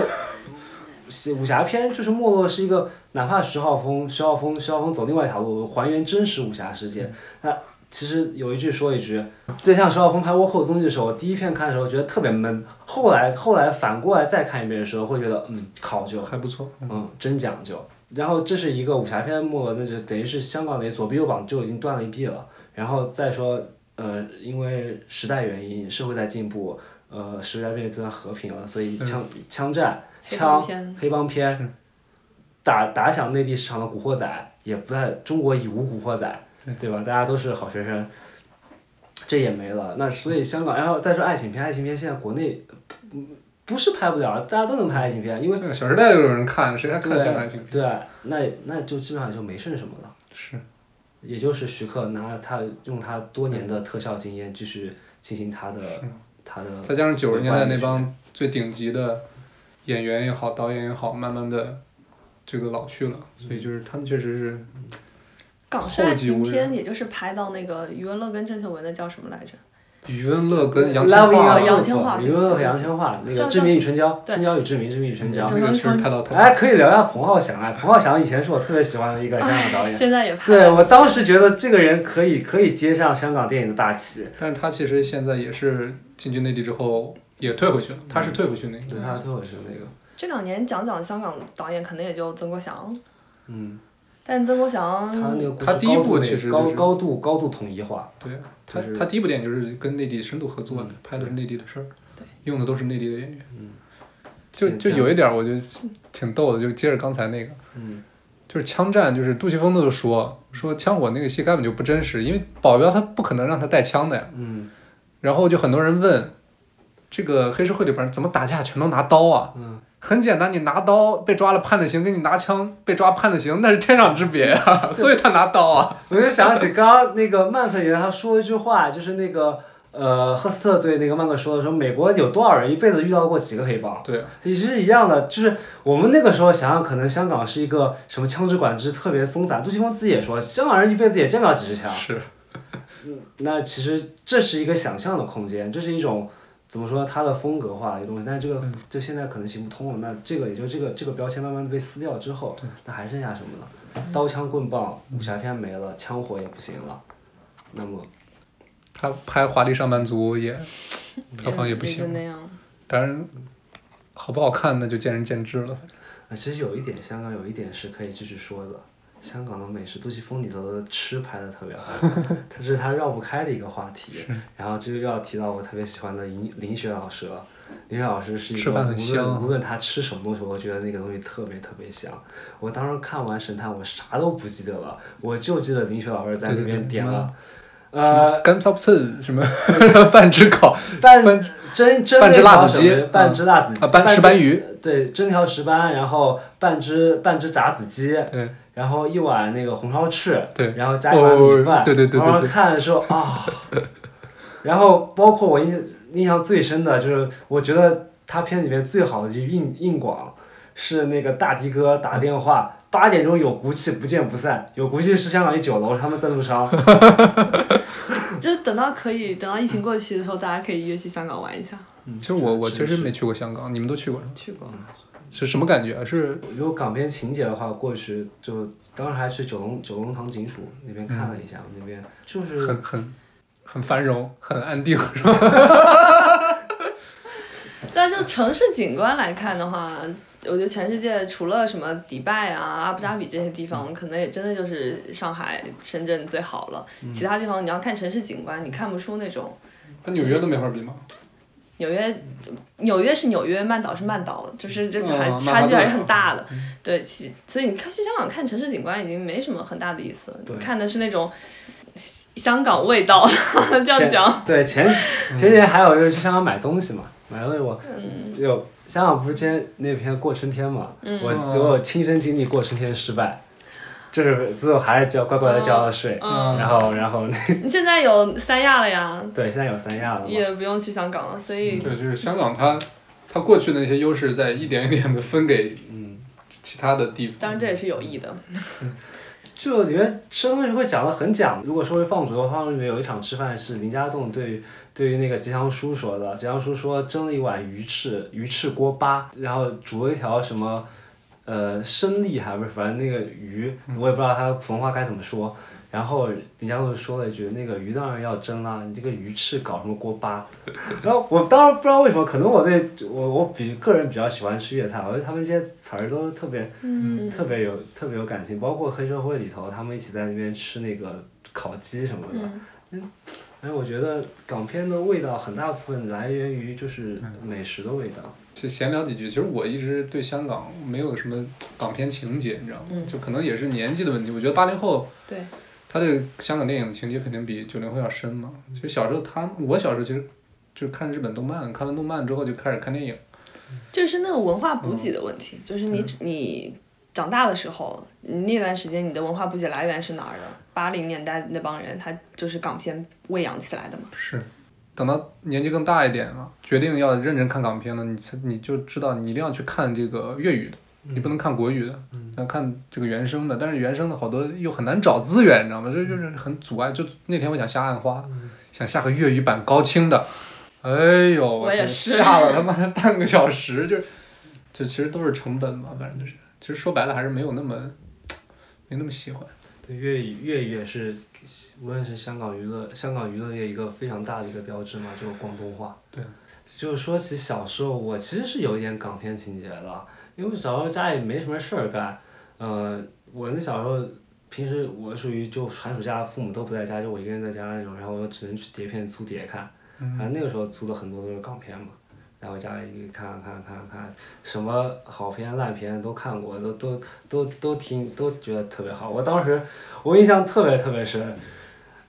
A: 是武侠片就是没落是一个，哪怕徐浩峰、徐浩峰、徐浩峰走另外一条路，还原真实武侠世界。那其实有一句说一句，就像徐浩峰拍《倭寇踪迹》的时候，我第一遍看的时候觉得特别闷，后来后来反过来再看一遍的时候，会觉得嗯考究，
B: 还不错。
A: 嗯，真讲究。然后这是一个武侠片没落，那就等于是香港的左臂右膀就已经断了一臂了。然后再说，呃，因为时代原因，社会在进步，呃，时代变得更加和平了，所
B: 嗯
A: 以枪、枪战、
C: 黑帮
A: 枪、
C: 片
A: 黑帮片，打打响内地市场的《古惑仔》也不在中国已无《古惑仔》，对吧？大家都是好学生，这也没了。那所以香港，然后再说爱情片，爱情片现在国内不不是拍不了，大家都能拍爱情片，因为
B: 对小时代就有人看，谁还看香港爱情片？
A: 对啊，那那就基本上就没剩什么了。
B: 是，
A: 也就是徐克拿他用他多年的特效经验，继续进行他的他的，
B: 再加上九十年代那帮最顶级的演员也好，导演也好，慢慢的这个老去了，所以就是他们确实是
C: 港式爱情
B: 后继无
C: 片，
B: 人
C: 也就是拍到那个余文乐跟郑秀文的叫什么来着？
B: 余文乐跟杨
A: Love
B: 千
A: in
B: 嬅啊
A: your
C: 杨千嬅
A: love，
C: 对
A: 余文乐
C: 不起
A: 和
C: 对不
A: 杨
C: 起
A: 千嬅那个
C: 叫
A: 《志明与春娇》，
C: 对
A: 春娇与志明，志明与春娇
C: 就。
B: 那个确实拍到头。
A: 哎，可以聊聊彭浩翔啊！彭浩翔以前是我特别喜欢的一个香港导演，
C: 哎，现在也拍
A: 对
C: 了。
A: 我当时觉得这个人可以可以接上香港电影的大旗，
B: 但是他其实现在也是进军内地之后也退回去
A: 嗯
B: 了，他是退回去那个。
A: 对他推回去那个，
C: 这两年讲讲香港导演，可能也就曾国祥，
A: 嗯，
C: 但曾国祥
A: 他那个故事
B: 嗯他第一部
A: 高度
B: 其实
A: 高
B: 就是
A: 高度高度统一化，
B: 对，啊他
A: 就是
B: 他第一部电影就是跟内地深度合作的
A: 嗯，
B: 拍的是内地的事儿
C: 对，
B: 用的都是内地的演员。就
A: 现
B: 就
A: 象
B: 有一点儿我觉得挺逗的，就接着刚才那个，
A: 嗯
B: 就是枪战，就是杜琪峰都说说枪火那个戏根本就不真实，因为保镖他不可能让他带枪的呀。
A: 嗯
B: 然后就很多人问，这个黑社会里边怎么打架全都拿刀啊？
A: 嗯，
B: 很简单，你拿刀被抓了判的刑，跟你拿枪被抓判的刑那是天壤之 别啊，所以他拿刀啊。
A: 我就想起刚刚那个曼克爷他说一句话，就是那个呃赫斯特对那个曼克说的，说美国有多少人一辈子遇到过几个黑帮？
B: 对啊，
A: 也是一样的，就是我们那个时候想想，可能香港是一个什么枪支管制特别松散，杜琪峰自己也说，香港人一辈子也见不了几支枪。
B: 是
A: 那其实这是一个想象的空间，这是一种怎么说它的风格化的一个东西，但是这个就现在可能行不通了。那这个也就这个这个标签慢慢地被撕掉之后，那还剩下什么呢？刀枪棍棒，武侠片没了，枪火也不行了。那么，
B: 他拍《华丽上班族》也票房也不
C: 就
B: 行，
C: 那样。
B: 当然好不好看那就见仁见智了。
A: 啊其实有一点，香港有一点是可以继续说的。香港的美食，杜琪峰里头的吃拍的特别好， 它是他绕不开的一个话题。然后这就要提到我特别喜欢的林林雪老师了。林雪老师是一
B: 吃
A: 个
B: 饭很
A: 无
B: 香啊
A: 论无论他吃什么东西，我觉得那个东西特别特别香。我当时看完《神探》，我啥都不记得了，我就记得林雪老师在
B: 对
A: 那
B: 对
A: 边
B: 对
A: 点
B: 嗯
A: 了，呃，
B: 干烧刺什么 半只烤
A: 半
B: 半
A: 蒸蒸
B: 半只
A: 那
B: 辣
A: 条
B: 子
A: 什
B: 鸡
A: 么半
B: 嗯
A: 只辣子鸡，
B: 啊半石
A: 只
B: 斑鱼，
A: 对，蒸条石斑，然后半只半只炸子鸡，
B: 对
A: 然后一碗那个红烧翅，
B: 嗯对
A: 然后加一碗米饭，
B: 哦对对对对对
A: 然后看的时候啊，然后包括我印印象最深的就是，我觉得他片里面最好的就是硬硬广，是那个大迪哥打电话。八点钟有骨气，不见不散。有骨气是香港一酒楼，他们赞助商。
C: 就等到可以，等到疫情过去的时候，大家可以约去香港玩一下。
B: 嗯其实我
A: 嗯
B: 我
A: 是
B: 确实
A: 是
B: 没去过香港，你们都去过是吗？
C: 去过，
B: 是什么感觉啊？是
A: 如果港片情节的话，过去就当时还去九龙九龙塘警署那边看了一下，那边就是
B: 很很很繁荣，很安定，是吧？
C: 但啊就城市景观来看的话，我觉得全世界除了什么迪拜啊、阿布扎比这些地方，可能也真的就是上海、深圳最好了。其他地方你要看城市景观，你看不出那种。
B: 那纽约都没法比吗？
C: 纽约，纽约是纽约，曼岛是曼岛，就是这还
B: 哦
C: 差距还
B: 曼
C: 是
B: 哈
C: 很
B: 顿
C: 大的。对，其所以你看去香港看城市景观已经没什么很大的意思了，
A: 对
C: 看的是那种香港味道，这样
A: 前
C: 讲。
A: 对前前年还有就是去香港买东西嘛，买东西我
B: 嗯
A: 有香港不是之前那篇过春天嘛，我最后亲身经历过春天失败，就是最后还是交乖乖的交了税，
B: 嗯
A: 然后然后那
C: 你现在有三亚了呀，
A: 对现在有三亚了嘛，
C: 也不用去香港了，所以
B: 嗯对，就是香港它，它过去的那些优势在一点一点的分给
A: 嗯，
B: 其他的地方。
C: 当然这也是有益的。
A: 就里面吃东西会讲的很讲，如果说回放逐的话，里面有一场吃饭是林家栋对于对于那个吉祥叔说的，吉祥叔说蒸了一碗鱼翅鱼翅锅巴，然后煮了一条什么呃生力还不是反正那个鱼，我也不知道它普通话该怎么说。然后林家栋说了一句：“那个鱼当然要蒸啦、你这个鱼翅搞什么锅巴？”然后我当然不知道为什么，可能我对我我比个人比较喜欢吃粤菜，我觉得他们这些词儿都特别
C: 嗯，
A: 特别有特别有感情，包括黑社会里头，他们一起在那边吃那个烤鸡什么的。嗯，哎，我觉得港片的味道很大部分来源于就是美食的味道。
B: 就闲聊几句，其实我一直对香港没有什么港片情节，你知道吗？就可能也是年纪的问题。我觉得八零后
C: 嗯对，
B: 他对香港电影的情节肯定比九零后要深嘛。其实小时候他，我小时候其实就是看日本动漫，看完动漫之后就开始看电影。
C: 就是那个文化补给的问题，就是你你长大的时候，你那段时间你的文化补给来源是哪儿的？八零年代那帮人，他就是港片喂养起来的嘛。
B: 是，等到年纪更大一点了，决定要认真看港片了，你才你就知道你一定要去看这个粤语的，你不能看国语的，要看这个原声的。但是原声的好多又很难找资源，你知道吗？这就是很阻碍。就那天我想下《暗花》，想下个粤语版高清的，哎呦，
C: 我也是
B: 下了他妈半个小时，就是，这其实都是成本嘛，反正就是，其实说白了还是没有那么，没那么喜欢。
A: 对粤语粤语也是，无论是香港娱乐香港娱乐业一个非常大的一个标志嘛，就是广东话。
B: 对。
A: 就是说起小时候，我其实是有一点港片情节的，因为小时候家里没什么事儿干，呃，我那小时候平时我属于就寒暑假父母都不在家，就我一个人在家那种，然后我只能去碟片租碟看，然后那个时候租的很多都是港片嘛，在我家里看看看看看，什么好片烂片都看过，都都都都挺都觉得特别好。我当时我印象特别特别深，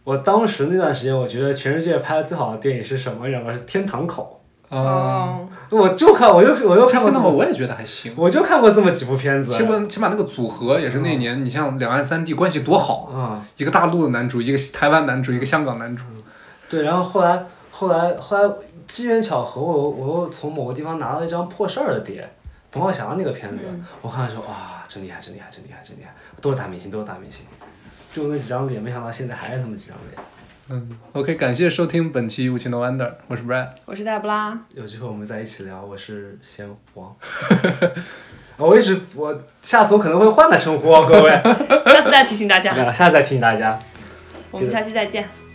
A: 我当时那段时间我觉得全世界拍的最好的电影是什么？你知道吗？是《天堂口》。
C: 哦
B: 啊、
A: 我就看，我又我又看过这
B: 看到
A: 么，
B: 我也觉得还行。
A: 我就看过这么几部片子。
B: 起码起码那个组合也是那年，你像两岸三地关系多好，
A: 啊、
B: 一个大陆的男主，一个台湾男主，一个香港男主，
A: 对，然后后来后来后来机缘巧合，我我又从某个地方拿到一张破事儿的碟，冯浩翔那个片子，我看了说啊，真厉害，真厉害，真厉害，真厉害，都是大明星，都是大明星，就那几张脸，没想到现在还是他们几张脸。
B: 嗯，OK，感谢收听本期《无情的 Wonder》，我是 Brad，
C: 我是黛布拉，
A: 有机会我们再一起聊，我是贤 王。我一直我下次我可能会换个称呼哦，各位。
C: 下次再提醒大家，
A: 下次再提醒大家。
C: 我们下期再见。